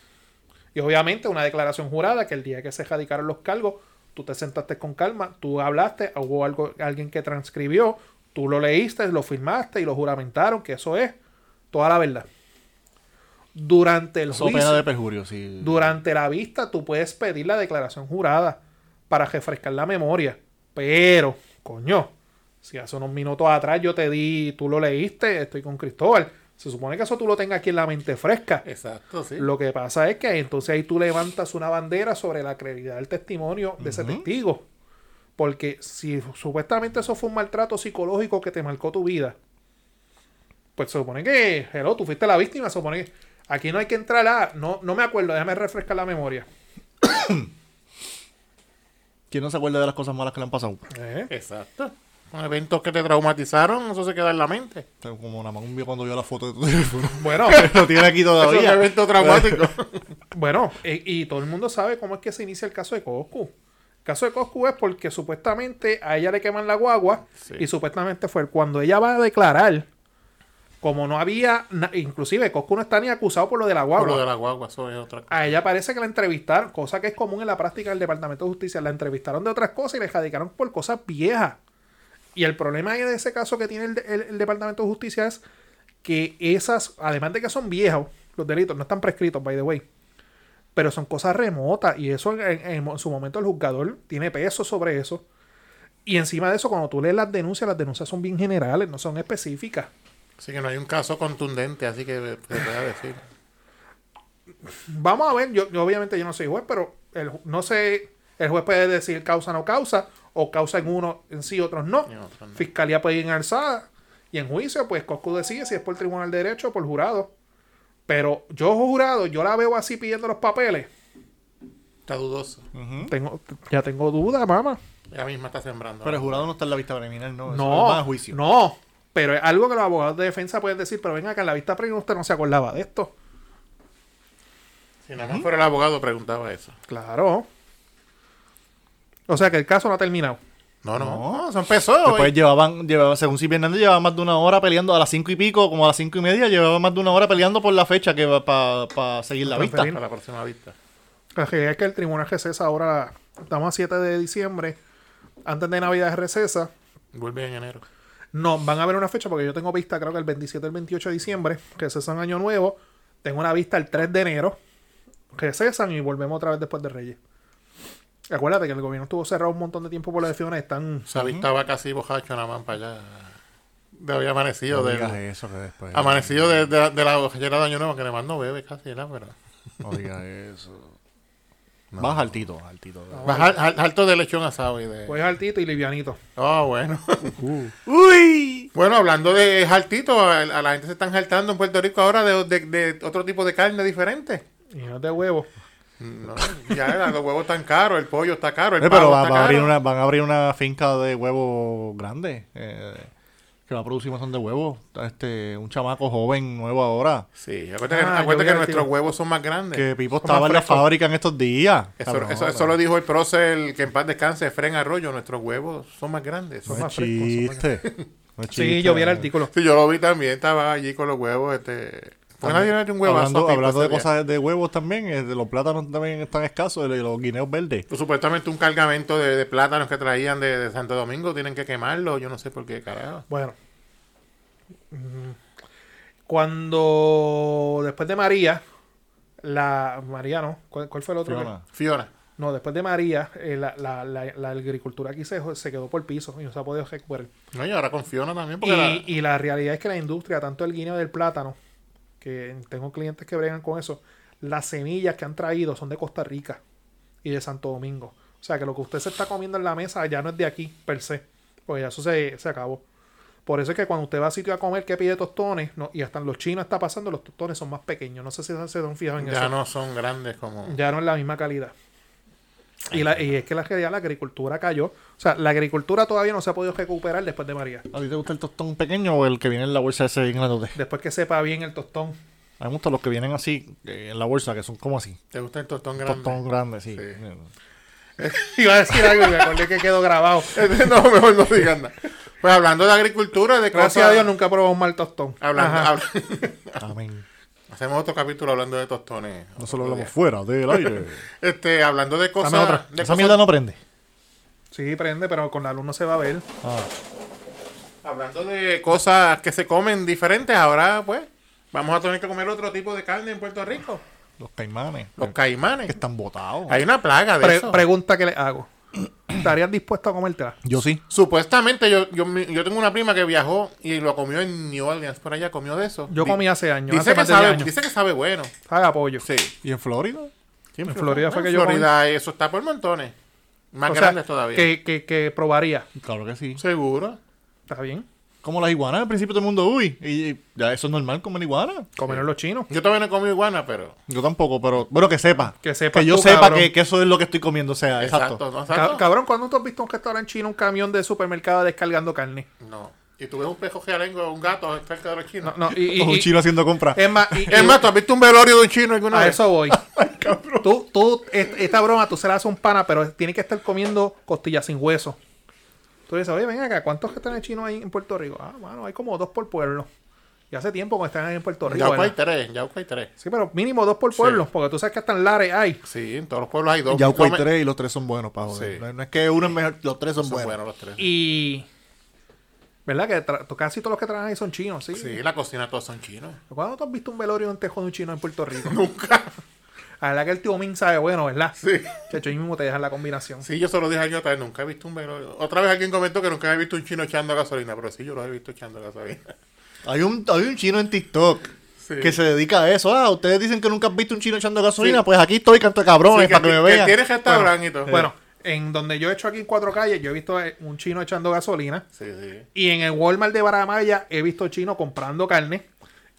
Speaker 3: Y obviamente una declaración jurada que el día que se radicaron los cargos, tú te sentaste con calma, tú hablaste, hubo algo, alguien que transcribió, tú lo leíste, lo firmaste y lo juramentaron, que eso es toda la verdad. Durante el
Speaker 2: Eso pena
Speaker 3: juicio,
Speaker 2: de perjurio, sí.
Speaker 3: durante la vista, tú puedes pedir la declaración jurada para refrescar la memoria. Pero, coño, si hace unos minutos atrás yo te di, tú lo leíste, estoy con Cristóbal. Se supone que eso tú lo tengas aquí en la mente fresca.
Speaker 1: Exacto, sí.
Speaker 3: Lo que pasa es que entonces ahí tú levantas una bandera sobre la credibilidad del testimonio de ese testigo. Porque si supuestamente eso fue un maltrato psicológico que te marcó tu vida, pues se supone que, hello, tú fuiste la víctima, se supone que aquí no hay que entrar a... No, no me acuerdo, déjame refrescar la memoria.
Speaker 2: ¿Quién no se acuerda de las cosas malas que le han pasado?
Speaker 3: ¿Eh?
Speaker 1: Exacto. Con eventos que te traumatizaron, eso se queda en la mente.
Speaker 2: Como nada más un día cuando vio la foto de tu teléfono. *laughs*
Speaker 3: Bueno,
Speaker 2: lo tiene aquí
Speaker 1: Eso es un
Speaker 2: todavía.
Speaker 1: evento
Speaker 2: *laughs*
Speaker 1: traumático.
Speaker 3: bueno, e- y, todo el mundo sabe cómo es que se inicia el caso de Coscu. El caso de Coscu es porque supuestamente a ella le queman la guagua
Speaker 1: Sí.
Speaker 3: y supuestamente fue cuando ella va a declarar, como no había, na- inclusive Coscu no está ni acusado por lo de la
Speaker 1: Por
Speaker 3: guagua.
Speaker 1: lo de la guagua, eso es otra cosa.
Speaker 3: A ella parece que la entrevistaron, cosa que es común en la práctica del Departamento de Justicia, la entrevistaron de otras cosas y la radicaron por cosas viejas. Y el problema de ese caso que tiene el, el- el Departamento de Justicia es que esas, además de que son viejas, Los delitos no están prescritos, by the way. Pero son cosas remotas y eso en, en- en su momento el juzgador tiene peso sobre eso. Y encima de eso, cuando tú lees las denuncias, las denuncias son bien generales, no son específicas.
Speaker 1: Así que no hay un caso contundente, así que se puede decir.
Speaker 3: Vamos a ver, yo, yo obviamente yo no soy juez, pero el, ju- no sé, el juez puede decir causa no causa, o causa en uno en sí, otros no.
Speaker 1: Y otros no.
Speaker 3: Fiscalía puede ir en alzada y en juicio, pues Coscu decide si es por tribunal de derecho o por jurado. Pero yo jurado, yo la veo así pidiendo los papeles.
Speaker 1: Está dudoso.
Speaker 2: Ujú.
Speaker 3: Tengo, ya tengo duda, mamá.
Speaker 1: Ella misma está sembrando.
Speaker 2: Pero el jurado no está en la vista preliminar, no.
Speaker 3: No,
Speaker 2: Eso va a juicio.
Speaker 3: no. Pero es algo que los abogados de defensa pueden decir, pero venga, que en la vista previa usted no se acordaba de esto.
Speaker 1: si nada más fuera el abogado, preguntaba eso.
Speaker 3: Claro. O sea que el caso no ha terminado.
Speaker 1: No, no.
Speaker 2: No.
Speaker 1: no se empezó.
Speaker 2: Después
Speaker 1: eh.
Speaker 2: llevaban, llevaba, según Silvia Hernández, llevaba más de una hora peleando a las cinco y pico, como a las cinco y media, llevaba más de una hora peleando por la fecha que va para seguir la vista.
Speaker 1: Para la próxima vista.
Speaker 3: La realidad es que el tribunal recesa ahora, estamos a 7 de diciembre, antes de Navidad recesa.
Speaker 1: Vuelve en enero.
Speaker 3: No, van a ver una fecha porque yo tengo vista, creo que el 27 el 28 de diciembre, recesan Año Nuevo. Tengo una vista el 3 de enero, recesan y volvemos otra vez después de Reyes. Acuérdate que el gobierno estuvo cerrado un montón de tiempo por las elecciones, están...
Speaker 1: Se avistaba casi bojacho nada más para allá. De había amanecido. de,
Speaker 2: eso que después.
Speaker 1: amanecido de, de- de la bojallera de Año Nuevo, que además no bebe casi, ¿verdad? Pero...
Speaker 2: No digas eso.
Speaker 1: *laughs*
Speaker 2: Más altito, altito.
Speaker 1: Vas al- al- alto de lechón asado y de...
Speaker 3: Pues altito y livianito.
Speaker 1: Ah, bueno. *laughs*
Speaker 2: ¡Uy!
Speaker 1: bueno, hablando de jaltito, a, a la gente se están jaltando en Puerto Rico ahora de, de- de otro tipo de carne diferente.
Speaker 3: Y no de huevo.
Speaker 1: No, ya los huevos están caros, el pollo está caro, el
Speaker 2: Eh, pero
Speaker 1: pavo
Speaker 2: va-
Speaker 1: está
Speaker 2: va a abrir
Speaker 1: caro.
Speaker 2: una- van a abrir una finca de huevos grande. eh, que va a producir un montón de huevos. Este, un chamaco joven, nuevo ahora.
Speaker 1: Sí, acuérdate, que-
Speaker 3: Ah, yo
Speaker 1: acuérdate
Speaker 3: vi
Speaker 1: que
Speaker 3: al
Speaker 1: nuestros
Speaker 3: tío.
Speaker 1: huevos son más grandes.
Speaker 2: Que Pipo
Speaker 1: Son
Speaker 2: estaba
Speaker 1: más
Speaker 2: en la
Speaker 1: frescos.
Speaker 2: fábrica en estos días.
Speaker 1: Eso,
Speaker 2: Cabrón,
Speaker 1: eso, eso lo dijo el prócer, que en paz descanse, Fren Arroyo. Nuestros huevos son más grandes, son
Speaker 2: No
Speaker 1: más
Speaker 2: es
Speaker 1: frescos. son más
Speaker 2: chiste. No es
Speaker 3: Sí,
Speaker 2: chiste.
Speaker 3: yo vi el artículo.
Speaker 1: Sí, yo lo vi también, estaba allí con los huevos, este... Fue nadie le dio un huevazo a pues,
Speaker 2: Hablando,
Speaker 1: Pipo ese
Speaker 2: hablando de
Speaker 1: día.
Speaker 2: cosas de huevos también, eh, de los plátanos también están escasos, y los guineos verdes.
Speaker 1: Pues, supuestamente un cargamento de, de plátanos que traían de, de Santo Domingo, tienen que quemarlo, yo no sé por qué, carajo.
Speaker 3: Bueno. Mm. Cuando después de María, la... María no, ¿cuál, cuál fue el otro?
Speaker 2: Fiona.
Speaker 1: Fiona,
Speaker 3: No, después de María, eh, la, la- la- la agricultura aquí se, se quedó por piso y no se ha podido recuperar.
Speaker 1: no, y ahora con Fiona también,
Speaker 3: Y,
Speaker 1: porque la-
Speaker 3: y la realidad es que la industria, tanto el guineo del plátano, que tengo clientes que bregan con eso, las semillas que han traído son de Costa Rica y de Santo Domingo. O sea que lo que usted se está comiendo en la mesa ya no es de aquí, per se. Pues ya eso se, se acabó. Por eso es que cuando usted va a sitio a comer que pide tostones, no, y hasta en los chinos está pasando, los tostones son más pequeños. No sé si se se han fijado en eso
Speaker 1: ya no son grandes como...
Speaker 3: ya no es la misma calidad. Y, la, y es que la realidad, la agricultura cayó. O sea, la agricultura todavía no se ha podido recuperar después de María.
Speaker 2: ¿A ti te gusta el tostón pequeño o el que viene en la bolsa ese bien grandote?
Speaker 3: Después que sepa bien el tostón. *laughs*
Speaker 2: A mí me gustan los que vienen así, eh, en la bolsa, que son como así.
Speaker 1: ¿Te gusta el tostón grande? *laughs*
Speaker 2: Tostón grande, sí. Eh,
Speaker 1: Sí.
Speaker 3: Iba a decir algo y me acordé que quedó grabado.
Speaker 1: Este, no, mejor no digan nada. Pues hablando de agricultura, de
Speaker 3: Gracias
Speaker 1: cosas-
Speaker 3: a Dios nunca he probado un mal tostón.
Speaker 1: Hablando,
Speaker 3: Ajá.
Speaker 1: habla-
Speaker 2: Amén.
Speaker 1: *laughs* Hacemos otro capítulo hablando de tostones.
Speaker 2: No solo
Speaker 1: Otro
Speaker 2: hablamos
Speaker 1: día.
Speaker 2: fuera *laughs* del aire.
Speaker 1: *laughs* Este, hablando de cosas...
Speaker 2: Dame otra.
Speaker 1: de
Speaker 2: Esa
Speaker 1: cosas-
Speaker 2: mierda no prende.
Speaker 3: Sí, prende, pero con la luz no se va a ver.
Speaker 2: Ah,
Speaker 1: Hablando de cosas que se comen diferentes, ahora pues vamos a tener que comer otro tipo de carne en Puerto Rico.
Speaker 2: los caimanes.
Speaker 1: Los
Speaker 2: que
Speaker 1: caimanes.
Speaker 2: están botados.
Speaker 1: Hay una plaga de
Speaker 3: Pre-
Speaker 1: eso.
Speaker 3: pregunta que le
Speaker 1: *clears throat*
Speaker 3: hago. ¿Estarías dispuesto a comértela?
Speaker 2: Yo sí.
Speaker 1: Supuestamente yo, yo, mi- yo tengo una prima que viajó y lo comió en New Orleans, por allá comió de eso.
Speaker 3: Yo
Speaker 1: Di-
Speaker 3: comí hace años.
Speaker 1: dice
Speaker 3: hace
Speaker 1: que,
Speaker 3: más de 10
Speaker 1: sabe,
Speaker 3: años.
Speaker 1: dice que sabe bueno.
Speaker 3: Sabe a pollo.
Speaker 1: Sí.
Speaker 2: ¿Y en Florida?
Speaker 1: En
Speaker 3: Florida fue que yo
Speaker 1: Florida eso está por montones. Más
Speaker 3: O sea,
Speaker 1: grandes todavía.
Speaker 3: Que, que, que probaría.
Speaker 2: Claro que sí.
Speaker 1: Seguro.
Speaker 3: ¿Está bien?
Speaker 2: Como las iguanas, al principio todo el mundo, uy. Y y ya eso es normal comer iguana.
Speaker 3: Comer los chinos.
Speaker 1: Yo todavía no he comido iguana, pero...
Speaker 2: Yo tampoco, pero bueno, que sepa.
Speaker 3: Que sepas
Speaker 2: yo
Speaker 3: tú,
Speaker 2: sepa
Speaker 3: cabrón.
Speaker 2: que, que eso es lo que estoy comiendo. O sea, exacto.
Speaker 1: Exacto. ¿no?
Speaker 3: Ca-
Speaker 1: Exacto.
Speaker 3: cabrón, ¿cuándo tú has visto un restaurante chino, un camión de supermercado descargando carne?
Speaker 1: No. Y tú ves un pejo gealengo o un gato cerca de los
Speaker 3: No,
Speaker 1: chinos.
Speaker 3: no,
Speaker 1: *laughs*
Speaker 3: y, y-
Speaker 2: O un
Speaker 3: y-
Speaker 2: chino haciendo compras.
Speaker 3: Es más, y-
Speaker 1: Es
Speaker 3: y-
Speaker 1: más, ¿tú has visto un velorio de un chino alguna
Speaker 3: a
Speaker 1: vez?
Speaker 3: eso
Speaker 1: *laughs*
Speaker 3: voy. tú, tú, es- esta broma tú se la haces a un pana, pero tiene que estar comiendo costillas sin hueso. Tú dices, oye, ven acá, ¿cuántos que están en chino ahí en Puerto Rico? Ah, mano, hay como dos por pueblo. Y hace tiempo que están ahí en Puerto Rico.
Speaker 1: Yauco hay
Speaker 3: ¿verdad?
Speaker 1: tres, Yauco hay tres.
Speaker 3: Sí, pero mínimo dos por pueblo, porque tú sabes que hasta en Lares hay.
Speaker 1: Sí, en todos los pueblos hay dos.
Speaker 2: Ya hay
Speaker 1: Come-
Speaker 2: tres y los tres son buenos, pa' joder.
Speaker 1: Sí.
Speaker 2: No, no es que uno es mejor, los tres son,
Speaker 1: Son
Speaker 2: buenos.
Speaker 1: buenos los tres.
Speaker 3: Y ¿Verdad? Que tra- to- casi todos los que trabajan ahí son chinos, ¿sí?
Speaker 1: Sí, la cocina todos son chinos. *laughs*
Speaker 3: ¿Cuándo tú has visto un velorio en tejo de un chino en Puerto Rico? *laughs* Nunca. La verdad que el tío Min sabe bueno, ¿verdad?
Speaker 1: Sí.
Speaker 3: Chacho, ahí mismo te dejan la combinación.
Speaker 1: Sí, yo solo dije años atrás, nunca he visto un velorio. Otra vez alguien comentó que nunca había visto un chino echando gasolina, pero sí, yo los he visto echando
Speaker 3: *laughs*
Speaker 1: gasolina.
Speaker 2: Hay un, hay un chino en TikTok
Speaker 1: Sí.
Speaker 2: que se dedica a eso. Ah, ustedes dicen que nunca han visto un chino echando gasolina.
Speaker 1: Sí.
Speaker 2: Pues aquí estoy, canto de cabrones,
Speaker 1: Sí, que,
Speaker 2: para que, me
Speaker 1: que
Speaker 2: vean.
Speaker 1: tiene restaurante y todo.
Speaker 3: Bueno, en donde yo he hecho aquí en Cuatro Calles, yo he visto eh, un chino echando gasolina.
Speaker 1: Sí, sí.
Speaker 3: Y en el Walmart de Baramaya he visto chino comprando carne.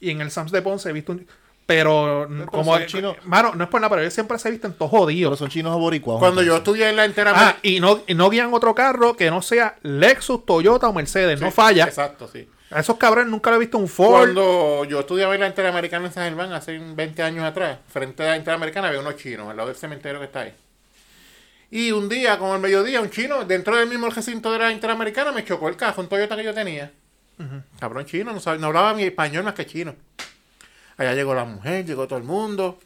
Speaker 3: Y en el Sams de Ponce he visto un. Pero, como.
Speaker 2: son chinos.
Speaker 3: Mano, no es por nada, pero ellos siempre se visten todos
Speaker 2: Pero
Speaker 3: jodidos.
Speaker 2: son chinos boricuas.
Speaker 1: Cuando yo estudié en la entera...
Speaker 3: Ah, y no, y no guían otro carro que no sea Lexus, Toyota o Mercedes. no falla.
Speaker 1: Exacto, sí.
Speaker 3: A esos cabrones nunca lo he visto un Ford.
Speaker 1: Cuando yo estudiaba en la Interamericana en San Germán hace 20 años atrás, frente a la Interamericana había unos chinos al lado del cementerio que está ahí. Y un día, como el mediodía, un chino dentro del mismo recinto de la Interamericana me chocó el cajón Toyota que yo tenía. Cabrón chino, no, sabe- no hablaba ni español más que chino. Allá llegó la mujer, llegó todo el mundo.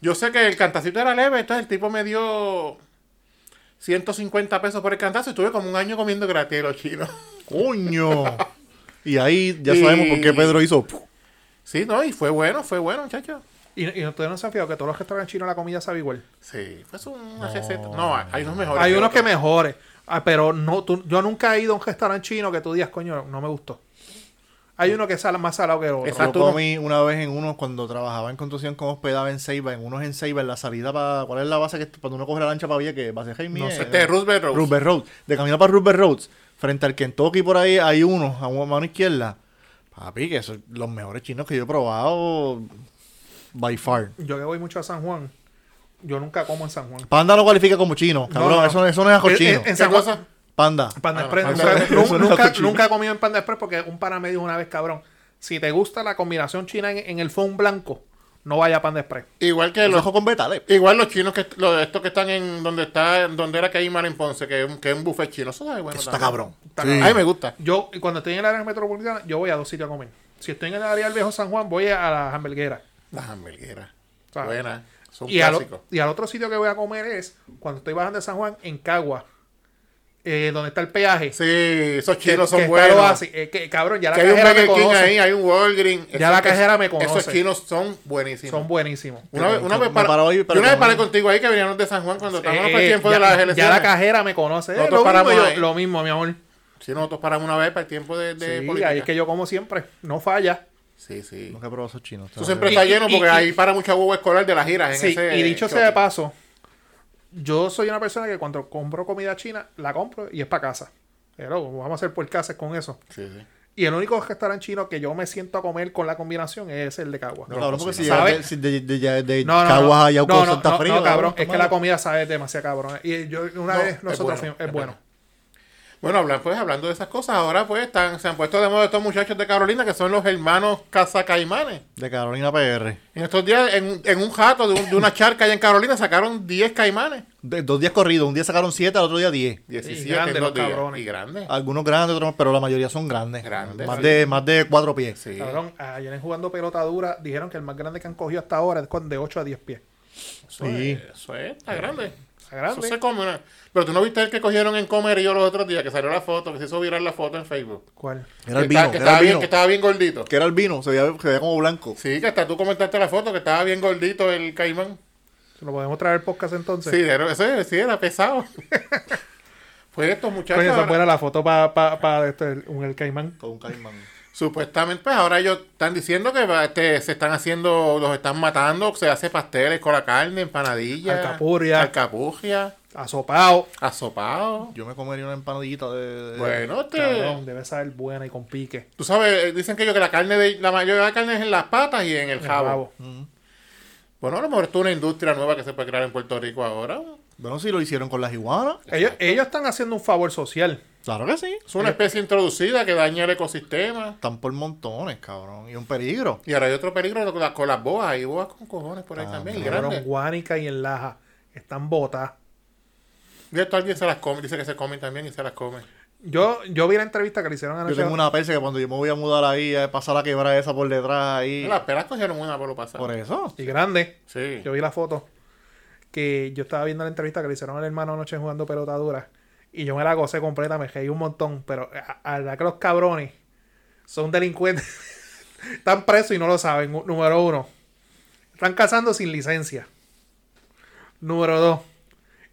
Speaker 1: Yo sé que el cantacito era leve, entonces el tipo me dio 150 pesos por el cantazo y estuve como un año comiendo gratis de los chinos. *laughs*
Speaker 2: Coño. y ahí ya
Speaker 1: Y-
Speaker 2: sabemos por qué Pedro hizo.
Speaker 1: Sí, no, y fue bueno, fue bueno, muchachos.
Speaker 3: Y, y ustedes no se han fijado que todos los restaurantes chinos la comida sabe igual.
Speaker 1: Sí, pues una receta. No, hay, hay unos mejores.
Speaker 3: Hay unos que
Speaker 1: otros.
Speaker 3: mejores. Ah, pero no, tú- yo nunca he ido a un restaurante chino que tú digas, coño, no me gustó. Hay uno que es sal- más salado que el otro.
Speaker 1: Exacto.
Speaker 2: Yo comí una vez en unos cuando trabajaba en construcción con hospedaba en Ceiba, en unos en Ceiba, en la salida para. ¿Cuál es la base que cuando uno coge la lancha para Villa que base Jaime?
Speaker 3: No sé,
Speaker 1: Este es Roosevelt Road.
Speaker 2: Rubber Road. De camino para Rubber Roads, frente al Kentucky por ahí, hay unos a una mano izquierda. Papi, que son los mejores chinos que yo he probado. By far.
Speaker 3: Yo que voy mucho a San Juan, yo nunca como en San Juan.
Speaker 2: Panda no cualifica como chino, cabrón.
Speaker 3: no.
Speaker 2: Eso, eso no es ajo
Speaker 3: En-
Speaker 2: chino.
Speaker 3: en- en San Juan-
Speaker 1: cosa?
Speaker 2: Panda.
Speaker 3: Panda
Speaker 1: Ah,
Speaker 3: Express.
Speaker 1: Eh, Panda
Speaker 3: nunca-
Speaker 2: Express, eso
Speaker 3: nu-
Speaker 2: no es
Speaker 3: nunca,
Speaker 2: algo chino.
Speaker 3: nunca he comido en Panda Express porque un pana me dijo una vez, cabrón, si te gusta la combinación china en, en el fondo blanco, no vaya a Panda Express.
Speaker 1: Igual que
Speaker 2: Los
Speaker 1: los,
Speaker 2: ojos con eh. betales.
Speaker 1: igual los chinos, que los, estos que están en donde está donde era que hay en Ponce, que es un, que es un buffet chino. Eso sabe bueno.
Speaker 2: Eso está
Speaker 1: también.
Speaker 2: cabrón.
Speaker 3: Está
Speaker 2: Sí.
Speaker 3: cabrón.
Speaker 1: A mí me gusta.
Speaker 3: Yo, cuando estoy en el área metropolitana, yo voy a dos sitios a comer. Si estoy en el área del viejo San Juan, voy a las hamburgueras.
Speaker 1: Las hamburgueras.
Speaker 3: Sabe.
Speaker 1: Buenas. Son
Speaker 3: Y al, o-
Speaker 1: clásicos.
Speaker 3: y al otro sitio que voy a comer es cuando estoy bajando de San Juan en Cagua, eh, donde está el peaje.
Speaker 1: Sí, esos
Speaker 3: que,
Speaker 1: chinos
Speaker 3: que
Speaker 1: son
Speaker 3: está el
Speaker 1: buenos.
Speaker 3: Oasis. Eh, que, cabrón, ya la
Speaker 1: Que hay un
Speaker 3: cajera me
Speaker 1: Burger King
Speaker 3: conoce.
Speaker 1: ahí, hay un Walgreens.
Speaker 3: Ya la cajera me
Speaker 1: Esos
Speaker 3: conoce.
Speaker 1: chinos son buenísimos.
Speaker 3: Son buenísimos.
Speaker 1: una vez, una vez
Speaker 2: Me
Speaker 1: para-
Speaker 2: paró ahí,
Speaker 1: yo
Speaker 2: pero
Speaker 1: una vez
Speaker 2: como-
Speaker 1: paré contigo ahí que veníamos de San Juan cuando estábamos en el
Speaker 3: Eh,
Speaker 1: tiempo
Speaker 3: ya,
Speaker 1: de las
Speaker 3: ya
Speaker 1: elecciones.
Speaker 3: la cajera me conoce. Eh,
Speaker 1: Nosotros
Speaker 3: lo, mismo,
Speaker 1: paramos
Speaker 3: yo-
Speaker 1: ahí.
Speaker 3: lo mismo, mi amor.
Speaker 1: Sí, nosotros paramos una vez para el tiempo de, de
Speaker 3: Sí,
Speaker 1: política.
Speaker 3: ahí es que yo como siempre. No falla.
Speaker 1: Sí, sí.
Speaker 2: Nunca he probado esos chinos.
Speaker 1: Eso siempre está
Speaker 3: Y-
Speaker 1: lleno
Speaker 3: y-
Speaker 1: porque
Speaker 3: y-
Speaker 1: ahí para mucha huevo escolar de las giras. En
Speaker 3: Sí,
Speaker 1: ese
Speaker 3: y dicho sea de
Speaker 1: shopping.
Speaker 3: paso, yo soy una persona que cuando compro comida china, la compro y es para casa. Pero vamos a hacer por casa con eso.
Speaker 1: Sí, sí.
Speaker 3: Y el único restaurante chino que yo me siento a comer con la combinación es el de Cagua.
Speaker 2: No, cabrón, porque si
Speaker 3: pues ¿Sabe?
Speaker 2: de, si de, de, de, de
Speaker 3: No, no,
Speaker 2: Caguas
Speaker 3: no.
Speaker 2: a Yauco
Speaker 3: No, no,
Speaker 2: Santa
Speaker 3: no,
Speaker 2: Fría,
Speaker 3: no, cabrón,
Speaker 2: está
Speaker 3: es que la
Speaker 2: malo.
Speaker 3: comida sabe demasiado cabrón. Y yo una
Speaker 1: No,
Speaker 3: vez
Speaker 1: es
Speaker 3: nosotros
Speaker 1: bueno,
Speaker 3: fuimos-
Speaker 1: es
Speaker 3: es bueno.
Speaker 1: Bueno, hablan- pues, hablando de esas cosas, ahora pues están, se han puesto de moda estos muchachos de Carolina que son los hermanos Cazacaimanes.
Speaker 2: De Carolina PR.
Speaker 1: En estos días, en, en un jato de, un- de una charca allá en Carolina, sacaron 10 caimanes.
Speaker 2: De- dos días corridos. Un día sacaron siete, al otro día diez.
Speaker 1: 17
Speaker 3: grandes
Speaker 1: en dos
Speaker 3: los
Speaker 1: días.
Speaker 3: cabrones.
Speaker 1: Y grandes.
Speaker 3: Ah,
Speaker 2: Algunos grandes, otros pero la mayoría son grandes.
Speaker 1: Grandes,
Speaker 2: Más,
Speaker 1: sí.
Speaker 2: de, más de cuatro pies.
Speaker 1: Sí.
Speaker 3: Cabrón, ayer en jugando pelota dura dijeron que el más grande que han cogido hasta ahora es con de 8 a 10 pies.
Speaker 1: Eso,
Speaker 2: Sí.
Speaker 1: es, eso es, está grande.
Speaker 3: Está grande.
Speaker 1: Eso se come. ¿no? Pero tú no viste el que cogieron en Comerío los otros días, que salió la foto, que se hizo viral la foto en Facebook.
Speaker 3: ¿Cuál?
Speaker 2: Era el
Speaker 1: que,
Speaker 2: vino.
Speaker 1: estaba, que,
Speaker 2: era
Speaker 1: estaba
Speaker 2: el
Speaker 1: bien,
Speaker 2: vino.
Speaker 1: que estaba bien gordito.
Speaker 2: Que era el vino. Se veía, se veía como blanco.
Speaker 1: Sí, que hasta tú comentaste la foto, que estaba bien gordito el caimán.
Speaker 3: ¿Lo podemos traer al podcast entonces?
Speaker 1: Sí, era, eso es- sí, era pesado. *laughs* pues estos muchachos,
Speaker 3: Coño, esa
Speaker 1: ahora-
Speaker 3: fuera la foto para pa, pa este, el- un El Caimán.
Speaker 2: Con un caimán.
Speaker 1: supuestamente, pues ahora ellos están diciendo que va- este, se están haciendo, los están matando, se hace pasteles con la carne, empanadillas,
Speaker 3: Alcapurria.
Speaker 1: alcapurria,
Speaker 3: Asopado.
Speaker 1: asopado.
Speaker 2: Yo me comería una empanadita de... de-
Speaker 1: Bueno, este,
Speaker 3: Cabrón, debe saber buena y con pique.
Speaker 1: tú sabes, eh, dicen que ellos que la carne, de, la mayoría de la carne es en las patas y en el
Speaker 3: El
Speaker 1: jabo.
Speaker 3: rabo.
Speaker 1: Bueno, a lo mejor esto es una industria nueva que se puede crear en Puerto Rico ahora.
Speaker 2: Bueno, si lo hicieron con las iguanas.
Speaker 3: Ellos, ellos están haciendo un favor social.
Speaker 2: Claro que sí.
Speaker 1: Es una especie introducida que daña el ecosistema.
Speaker 2: Están por montones, cabrón. Y un peligro.
Speaker 1: Y ahora hay otro peligro con las, con las boas. Hay boas con cojones por
Speaker 2: Ah,
Speaker 1: ahí también. y
Speaker 3: Cabrón,
Speaker 1: grandes.
Speaker 3: Guánica y en Laja están botadas.
Speaker 1: Y esto alguien se las come, dice que se comen también y se las come.
Speaker 3: Yo, yo vi la entrevista que le hicieron a
Speaker 2: Yo
Speaker 3: Nacho.
Speaker 2: tengo una persa que cuando yo me voy a mudar ahí, eh, pasa la quebrada esa por detrás ahí.
Speaker 1: Las peras cogieron una por lo pasado.
Speaker 2: Por eso.
Speaker 3: Y grande.
Speaker 1: Sí.
Speaker 3: Yo vi la foto. Que yo estaba viendo la entrevista que le hicieron al hermano anoche en jugando pelota dura. Y yo me la gocé completa, me reí un montón. Pero a- a la verdad que los cabrones son delincuentes. *laughs* Están presos y no lo saben. nu- Número uno. Están cazando sin licencia. Número dos.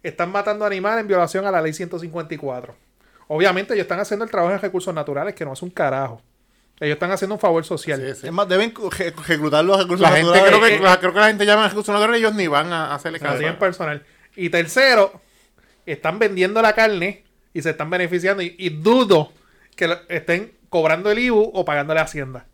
Speaker 3: Están matando animales en violación a la ley 154. Obviamente ellos están haciendo el trabajo en recursos naturales que no hace un carajo. Ellos están haciendo un favor social.
Speaker 1: Sí, sí.
Speaker 2: Es más, deben co- re- reclutar los recursos
Speaker 1: La gente
Speaker 2: naturales.
Speaker 1: creo que, la- creo que la gente llama a recursos naturales y ellos ni van a, a hacerle
Speaker 3: Así en
Speaker 1: caso.
Speaker 3: personal. Y tercero, están vendiendo la carne y se están beneficiando. Y, y dudo que lo- estén cobrando el IBU o pagando la Hacienda.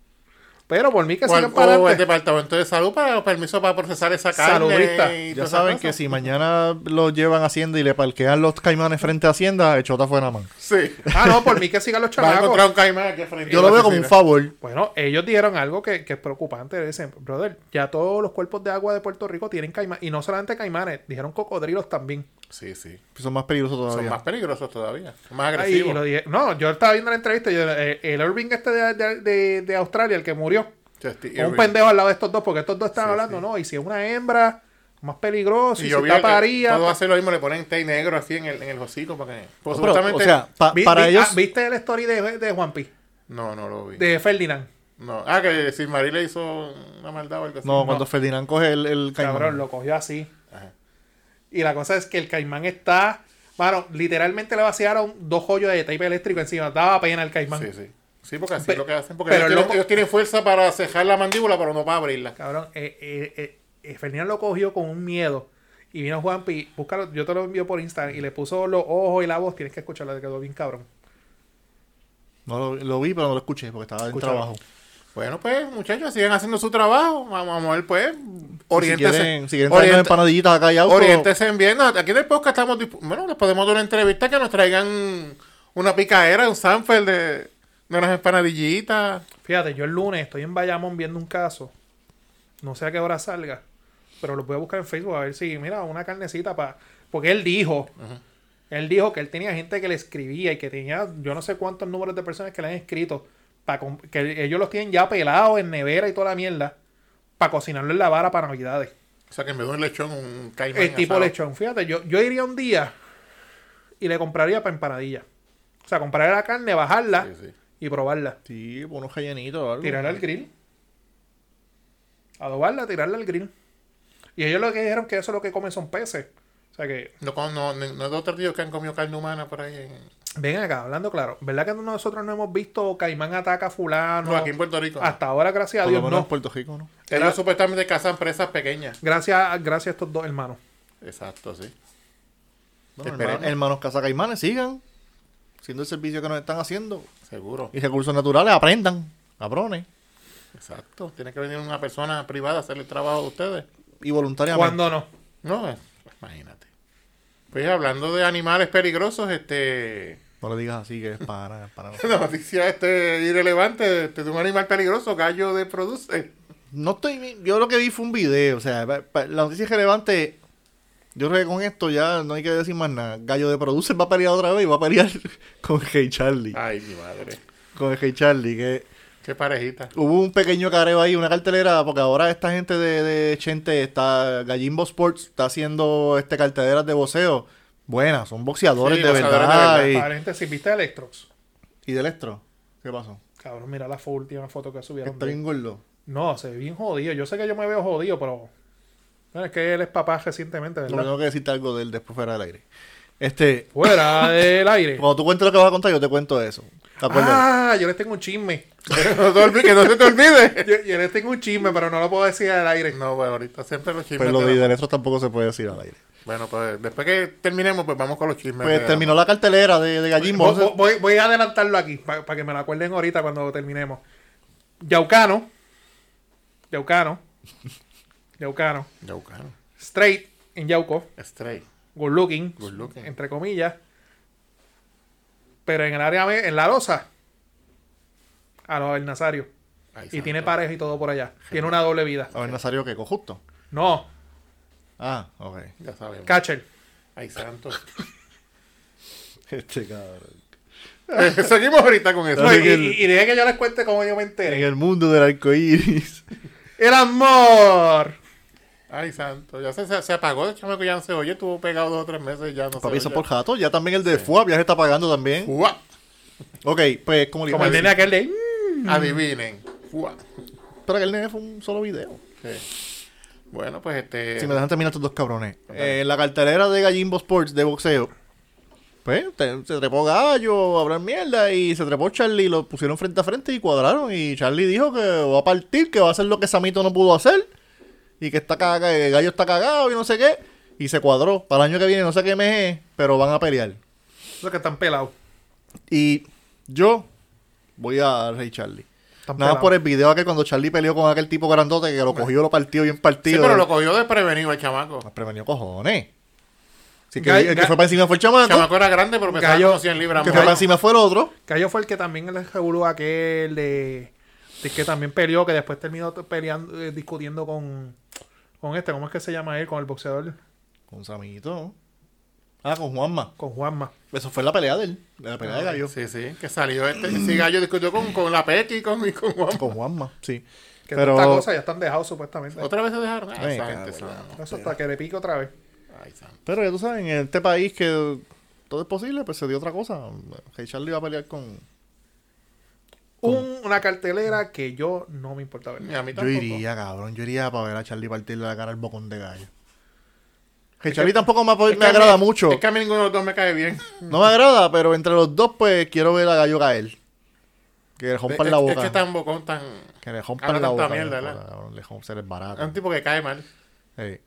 Speaker 3: Pero por mí que
Speaker 1: O, al-
Speaker 3: sigan para
Speaker 1: o el
Speaker 3: adelante.
Speaker 1: departamento de salud para los permisos para procesar esa carne.
Speaker 3: Saludista.
Speaker 1: y
Speaker 2: Ya
Speaker 1: todas esas
Speaker 2: saben que
Speaker 1: cosas.
Speaker 2: si mañana los llevan a Hacienda y le parquean los caimanes frente a Hacienda, el chota fue nada más.
Speaker 1: Sí.
Speaker 3: Ah, no, por mí que sigan
Speaker 1: *laughs*
Speaker 3: los
Speaker 1: Vas a
Speaker 3: chamacos.
Speaker 1: encontrar un caimán aquí al frente. de
Speaker 2: Yo lo
Speaker 1: la
Speaker 2: veo como un
Speaker 1: oficina.
Speaker 2: favor.
Speaker 3: Bueno, ellos dijeron algo que, que es preocupante. Dicen, brother, ya todos los cuerpos de agua de Puerto Rico tienen caimanes. Y no solamente caimanes, dijeron cocodrilos también.
Speaker 1: Sí, sí.
Speaker 2: Son más peligrosos
Speaker 1: Son
Speaker 2: todavía.
Speaker 1: más peligrosos todavía. Son más
Speaker 3: Ay, y
Speaker 1: agresivos.
Speaker 3: lo dije- No, yo estaba viendo la entrevista. y yo, eh, el Irving este de, de- de- de Australia, el que murió.
Speaker 1: Just
Speaker 3: O un
Speaker 1: Irving.
Speaker 3: pendejo al lado de estos dos, porque estos dos están
Speaker 1: Sí,
Speaker 3: hablando,
Speaker 1: sí.
Speaker 3: ¿no? Y si es una hembra, más peligroso, y,
Speaker 1: Y
Speaker 3: si
Speaker 1: yo vi
Speaker 3: está parida. pues.
Speaker 1: Todo hace lo mismo, le ponen té negro así en el, en el hocico para que. Pues,
Speaker 2: No, pero,
Speaker 1: supuestamente-
Speaker 2: o sea, pa-
Speaker 3: Vi-
Speaker 2: para
Speaker 3: vi-
Speaker 2: ellos.
Speaker 3: ah, ¿Viste el story de, de Juan Pi?
Speaker 1: No, no lo vi.
Speaker 3: De Ferdinand.
Speaker 1: No. Ah, que si Marí le hizo una maldad o algo así.
Speaker 2: no, cuando Ferdinand coge el, el caimán.
Speaker 3: Cabrón, lo cogió así.
Speaker 1: Ajá.
Speaker 3: Y la cosa es que el caimán está. Bueno, literalmente le vaciaron dos hoyos de tape eléctrico encima. Daba pena el caimán.
Speaker 1: Sí, sí. Sí, porque así
Speaker 3: Pe-
Speaker 1: es lo que hacen. Porque
Speaker 3: pero
Speaker 1: ellos, tienen,
Speaker 3: loco-
Speaker 1: ellos tienen fuerza para cejar la mandíbula, pero no para abrirla.
Speaker 3: Cabrón, eh, eh, eh, eh, Ferdinand lo cogió con un miedo. Y vino Juan Pi, búscalo, yo te lo envío por Instagram. Y le puso los ojos y la voz. Tienes que escucharlo, te quedó bien cabrón.
Speaker 2: No lo, lo vi, pero no lo escuché porque estaba en
Speaker 3: Escúchalo.
Speaker 2: trabajo.
Speaker 1: Bueno, pues, muchachos, sigan haciendo su trabajo. Vamos a mover, pues. Oriéntese.
Speaker 2: Si quieren, si quieren traernos
Speaker 1: oriente-
Speaker 2: empanadillitas acá y auto.
Speaker 1: oriéntese en bien. No, Aquí en el podcast estamos. dispu- Bueno, les podemos dar una entrevista que nos traigan una picaera, un sample de, de unas empanadillitas.
Speaker 3: Fíjate, yo el lunes estoy en Bayamón viendo un caso. No sé a qué hora salga. Pero lo voy a buscar en Facebook a ver si, mira, una carnecita para. Porque él dijo. Él dijo que él tenía gente que le escribía y que tenía yo no sé cuántos números de personas que le han escrito. Para que ellos los tienen ya pelados en nevera y toda la mierda. Para cocinarlo en la vara para navidades.
Speaker 1: O sea, que en vez de un lechón, un caimán.
Speaker 3: El tipo
Speaker 1: asado.
Speaker 3: lechón. Fíjate, yo, yo iría un día y le compraría para empanadilla. O sea, compraría la carne, bajarla
Speaker 1: Sí, sí.
Speaker 3: y probarla.
Speaker 2: Sí, pon unos rellenitos o algo.
Speaker 3: Tirarla al grill. Adobarla, tirarla al grill. Y ellos lo que dijeron que eso lo que comen son peces. O sea que,
Speaker 1: No, con- no, no, no es de otros tíos que han comido carne humana por ahí. En...
Speaker 3: ven acá, hablando claro. ¿Verdad que nosotros no hemos visto caimán ataca a fulano?
Speaker 1: No, aquí en Puerto Rico. no.
Speaker 3: Hasta ahora, gracias a
Speaker 2: Por lo
Speaker 3: Dios,
Speaker 2: menos en
Speaker 3: no.
Speaker 2: Puerto Rico, ¿no?
Speaker 1: Ellos supuestamente cazan presas pequeñas.
Speaker 3: Gracias, gracias a estos dos hermanos.
Speaker 1: Exacto, sí.
Speaker 2: Bueno,
Speaker 1: Esperemos.
Speaker 2: hermanos, hermanos Casa Caimanes, sigan haciendo el servicio que nos están haciendo.
Speaker 1: Seguro.
Speaker 2: Y recursos naturales, aprendan, cabrones.
Speaker 1: Exacto. Tiene que venir una persona privada a hacer el trabajo de ustedes.
Speaker 2: Y voluntariamente.
Speaker 3: Cuando no.
Speaker 1: No, eh, imagínate. Pues hablando de animales peligrosos, este. *laughs*
Speaker 2: No le digas así que es para, para no.
Speaker 1: Una noticia este irrelevante este, de un animal peligroso, gallo de produce.
Speaker 2: No estoy. Yo lo que vi fue un video. O sea, pa- pa- la noticia es relevante. Yo creo que con esto ya no hay que decir más nada. Gallo de Producer va a pelear otra vez y va a pelear *laughs* con Hey Charlie.
Speaker 1: Ay, mi madre. *laughs*
Speaker 2: Con Hey Charlie, que
Speaker 1: Qué parejita.
Speaker 2: hubo un pequeño careo ahí, una cartelera, porque ahora esta gente de, de Chente está. Gallimbo Sports está haciendo este carteleras de boxeo. Buenas, son boxeadores,
Speaker 1: Sí,
Speaker 2: de,
Speaker 1: boxeadores de
Speaker 2: verdad,
Speaker 1: verdad.
Speaker 2: y-
Speaker 3: Paréntesis, ¿viste a Electrox?
Speaker 2: Y, de Electro. ¿Qué pasó?
Speaker 3: Cabrón, mira la fo- última foto que subieron.
Speaker 2: Está
Speaker 3: de él.
Speaker 2: bien gordo.
Speaker 3: No, se ve bien jodido. Yo sé que yo me veo jodido, pero. Bueno, es que él es papá recientemente,
Speaker 2: Yo
Speaker 3: ¿verdad?
Speaker 2: tengo que decirte algo de él después fuera del aire. Este.
Speaker 3: Fuera del
Speaker 2: *laughs*
Speaker 3: aire.
Speaker 2: Cuando tú cuentes lo que vas a contar, yo te cuento eso. ¿Te acuerdas?
Speaker 3: Ah, yo les tengo un chisme.
Speaker 1: no te olvides, que no se te olvide.
Speaker 3: Yo, yo les tengo un chisme, pero no lo puedo decir al aire.
Speaker 1: No, pues ahorita siempre los chismes.
Speaker 2: Pero lo
Speaker 1: de
Speaker 2: de
Speaker 1: la-
Speaker 2: Idealestro tampoco se puede decir al aire.
Speaker 1: Bueno, pues después que terminemos, pues vamos con los chismes.
Speaker 2: Pues
Speaker 1: de-
Speaker 2: terminó la cartelera de, de Gallimbo.
Speaker 3: Voy, voy- voy a adelantarlo aquí para que me lo acuerden ahorita cuando terminemos. Yaucano. Yaucano. Yaucano.
Speaker 1: Yaucano.
Speaker 3: Straight en Yauco.
Speaker 1: Stray.
Speaker 3: Good looking.
Speaker 1: Good looking.
Speaker 3: Entre comillas. Pero en el área, me- en la losa. A los del Nazario.
Speaker 1: Ay,
Speaker 3: Y
Speaker 1: santo.
Speaker 3: tiene pareja y todo por allá. Tiene una doble vida.
Speaker 2: A ver, Nazario, que cojusto.
Speaker 3: No,
Speaker 2: Ah, ok. *laughs*
Speaker 1: Ya sabemos.
Speaker 3: Catcher.
Speaker 1: Ay, santo.
Speaker 2: Este cabrón.
Speaker 1: Eh, *laughs* Seguimos ahorita con eso.
Speaker 3: No, y,
Speaker 2: Así que
Speaker 3: y, y deje que yo les cuente cómo yo me enteré. *laughs*
Speaker 2: En el mundo del arco iris.
Speaker 3: El amor.
Speaker 1: Ay, santo. Ya se, se, se apagó el chamaco, ya no se oye. Estuvo pegado dos o tres meses y ya no
Speaker 2: Papi,
Speaker 1: se
Speaker 2: eso
Speaker 1: oye.
Speaker 2: por jato. Ya también el de FUAP ya se está pagando también.
Speaker 1: Ua.
Speaker 2: Ok, pues como le
Speaker 3: Como el
Speaker 2: iba a
Speaker 3: nene
Speaker 2: decir.
Speaker 3: aquel de. "Mm",
Speaker 1: Adivinen. Ua.
Speaker 2: Pero que el nene fue un solo video.
Speaker 1: Sí. Bueno, pues este...
Speaker 2: Si me dejan terminar estos dos cabrones. Eh, en la cartelera de Gallimbo Sports de boxeo, pues te- se trepó Gallo a hablar mierda y se trepó Charlie y lo pusieron frente a frente y cuadraron. Y Charlie dijo que va a partir, que va a hacer lo que Samito no pudo hacer y que está caga- que Gallo está cagado y no sé qué. Y se cuadró. Para el año que viene no sé qué mes es, pero van a pelear.
Speaker 3: Esos que están pelados.
Speaker 2: Y yo voy a Rey Charlie.
Speaker 3: Están
Speaker 2: Nada
Speaker 3: pelados.
Speaker 2: más por el video aquel cuando Charlie peleó con aquel tipo grandote que lo cogió, lo partió bien
Speaker 1: Sí,
Speaker 2: partido.
Speaker 1: pero lo cogió desprevenido el chamaco.
Speaker 2: Más prevenido cojones. Así que
Speaker 3: Ga-
Speaker 2: el que
Speaker 3: ga-
Speaker 2: fue para encima fue el
Speaker 1: El
Speaker 2: chamaco.
Speaker 1: chamaco era grande, pero pesaba
Speaker 3: Gallo-
Speaker 1: como 100 libras
Speaker 2: El que
Speaker 1: más.
Speaker 2: fue para encima fue el otro.
Speaker 3: Cayo fue el que también le reguló aquel de, de que también peleó, que después terminó t- peleando, eh, discutiendo con, con este, ¿cómo es que se llama él? Con el boxeador,
Speaker 2: Con Samito. Ah, con Juanma.
Speaker 3: con Juanma.
Speaker 2: Eso fue la pelea de él. La pelea de Gallo.
Speaker 1: Sí, sí, que salió este. Ese gallo discutió con, con la Pequi y con, y con Juan.
Speaker 2: Con Juanma, sí.
Speaker 3: Que
Speaker 2: Pero-
Speaker 3: esta cosa ya están dejados supuestamente.
Speaker 1: Otra vez se dejaron. Ah,
Speaker 2: Ay,
Speaker 1: esa
Speaker 2: cabrón.
Speaker 1: gente sana.
Speaker 3: Eso hasta que le pique otra vez.
Speaker 1: Ay, santo.
Speaker 2: Pero ya tú sabes, en este país que todo es posible, pues se dio otra cosa. Rey Charlie iba a pelear con...
Speaker 3: Un- una cartelera que yo no me importa ver.
Speaker 1: Ni a mí
Speaker 2: Yo
Speaker 1: tampoco.
Speaker 2: iría, cabrón. Yo iría para ver a Charlie partirle la cara al bocón de Gallo. Rey Charlie tampoco me,
Speaker 1: Es que
Speaker 2: me
Speaker 1: a mí-
Speaker 2: agrada mucho.
Speaker 1: Es que a mí ninguno de los dos me cae bien.
Speaker 2: No me agrada, pero entre los dos, pues quiero ver a Gallo caer. Que le
Speaker 1: Es,
Speaker 2: rompan la boca.
Speaker 1: es que este es tan bocón, tan.
Speaker 2: Que le
Speaker 1: Habla
Speaker 2: rompan la boca.
Speaker 1: Ah, tanta mierda,
Speaker 2: le-
Speaker 1: ¿verdad?
Speaker 2: cabrón, le rompan- se les barata.
Speaker 1: Es un tipo que cae mal.
Speaker 2: Ey.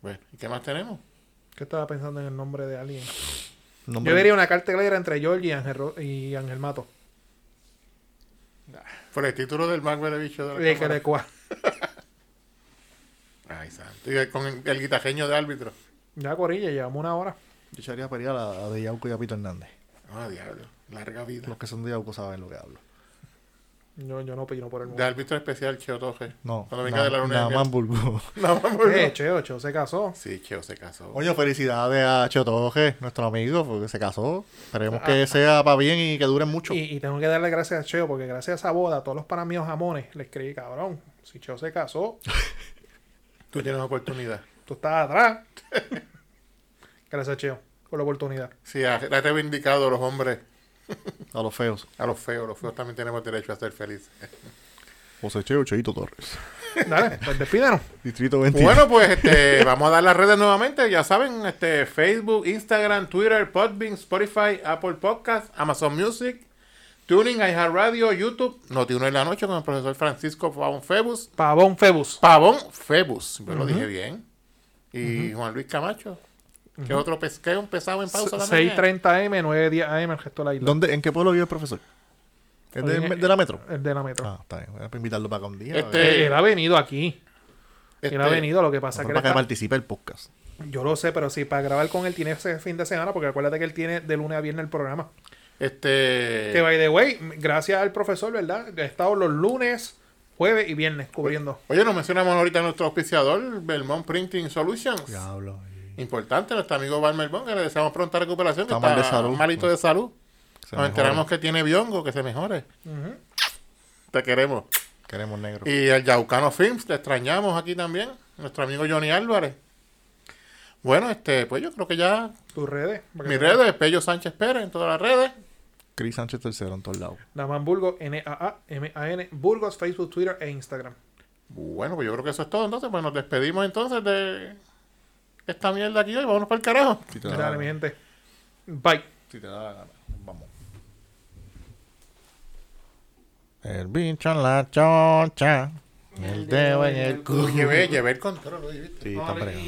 Speaker 1: Bueno, ¿y qué más tenemos?
Speaker 3: Que estaba pensando en el nombre de alguien.
Speaker 2: Nombre-
Speaker 3: Yo diría una cartelera entre George y Ángel, Ro- y Ángel Mato.
Speaker 1: Por el título del Marvel de bicho de la
Speaker 3: De que
Speaker 1: cámara.
Speaker 3: le cua-
Speaker 1: Ay, santo. Y con el, el guitajeño de árbitro.
Speaker 3: Ya, Corilla, llevamos una hora.
Speaker 2: Yo echaría a pelear a, a De Yauco y a Pito Hernández.
Speaker 1: Ah, diablo. Larga vida.
Speaker 2: Los que son de Yauco saben lo que hablo.
Speaker 3: Yo, yo no opino por el
Speaker 1: De
Speaker 3: mundo.
Speaker 1: árbitro especial, Cheo Toje.
Speaker 2: No.
Speaker 1: Cuando venga
Speaker 2: na-
Speaker 1: de la luna de
Speaker 2: nada
Speaker 1: miel. *laughs*
Speaker 2: más vulgo.
Speaker 1: Nada más por-
Speaker 3: *laughs* Eh, Cheo, Cheo se casó.
Speaker 1: Sí, Cheo se casó.
Speaker 2: Coño, felicidades a Chotoje, nuestro amigo, porque se casó.
Speaker 1: Ah,
Speaker 2: Esperemos que sea para bien y que dure mucho.
Speaker 3: Y, y tengo que darle gracias a Cheo, porque gracias a esa boda, todos los panamíos jamones, le escribí, cabrón, si Cheo se casó,
Speaker 1: Tú tienes oportunidad.
Speaker 3: tú estás atrás. *laughs* gracias, Cheo, por la oportunidad.
Speaker 1: Sí, ha, ha reivindicado a los hombres,
Speaker 2: A los feos.
Speaker 1: a los feos. Los feos también tenemos derecho a ser felices.
Speaker 2: José Cheo, Cheito Torres. *laughs*
Speaker 3: Dale, pues despídenos.
Speaker 2: Distrito 20.
Speaker 1: Bueno, pues este, *laughs* vamos a dar las redes nuevamente. Ya saben, este, Facebook, Instagram, Twitter, Podbean, Spotify, Apple Podcast, Amazon Music, Tuning, iHeartRadio, YouTube, Noti1 en la noche con el profesor Francisco Pavón Febus.
Speaker 3: Pavón Febus.
Speaker 1: Pavón Febus, yo lo dije bien. Y Juan Luis Camacho. que otro pes que un pesado en pausa también?
Speaker 3: 6.30 AM, 9.10 AM, el gesto de la isla.
Speaker 2: ¿Dónde, ¿En qué pueblo vive el profesor? ¿Es de,
Speaker 3: Oye,
Speaker 2: de la metro?
Speaker 3: El de la metro.
Speaker 2: Ah, está bien. Voy a invitarlo para acá un día.
Speaker 1: eh, Este-
Speaker 2: a ver.
Speaker 3: Él, él ha venido aquí.
Speaker 1: Este,
Speaker 3: él ha venido, lo que pasa es que,
Speaker 2: para que
Speaker 3: él está-
Speaker 2: participe el podcast.
Speaker 3: yo lo sé, pero sí, para grabar con él tiene ese fin de semana, porque acuérdate que él tiene de lunes a viernes el programa.
Speaker 1: Este.
Speaker 3: Que by the way, gracias al profesor, ¿verdad? Ha estado los lunes, jueves y viernes cubriendo.
Speaker 1: Oye, nos mencionamos ahorita a nuestro auspiciador, Belmont Printing Solutions.
Speaker 2: Diablo. eh.
Speaker 1: Importante, nuestro amigo Balmer Bon, que le deseamos pronta recuperación, que
Speaker 2: Está mal de
Speaker 1: está
Speaker 2: salud.
Speaker 1: malito de salud.
Speaker 2: Se
Speaker 1: Nos
Speaker 2: mejora.
Speaker 1: enteramos que tiene biongo, que se mejore. Te queremos.
Speaker 2: Queremos negro.
Speaker 1: Y al Yaucano Films, te extrañamos aquí también. Nuestro amigo Johnny Álvarez. Bueno, este, pues yo creo que ya
Speaker 3: Tus redes. para que
Speaker 1: mis
Speaker 3: te-
Speaker 1: redes, Pello Sánchez Pérez en todas las redes.
Speaker 2: Chris Sánchez tercero en todos lados.
Speaker 3: Naman Burgos, N-A-A-M-A-N, Burgos, Facebook, Twitter e Instagram.
Speaker 1: Bueno, pues yo creo que eso es todo. Entonces, pues nos despedimos entonces de esta mierda aquí hoy. Vámonos para el carajo.
Speaker 2: Si te da la
Speaker 3: Dale,
Speaker 2: gana.
Speaker 3: mi gente. Bye.
Speaker 2: Si te da la gana. Vamos. El bicho en la chocha. El dedo en el culo.
Speaker 1: Llevé, llevé el control, oye, ¿viste?
Speaker 2: Sí, está fregado.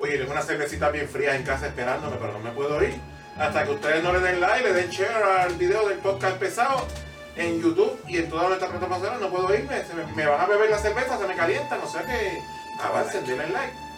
Speaker 1: Oye, tengo una cervecita bien fría en casa esperándome, pero no me puedo ir. Hasta que ustedes no le den like, le den share al video del podcast pesado en YouTube y en todas nuestras plataformas. No puedo irme, se me, me van a beber la cerveza, se me calienta, no sea que avancen, denle like.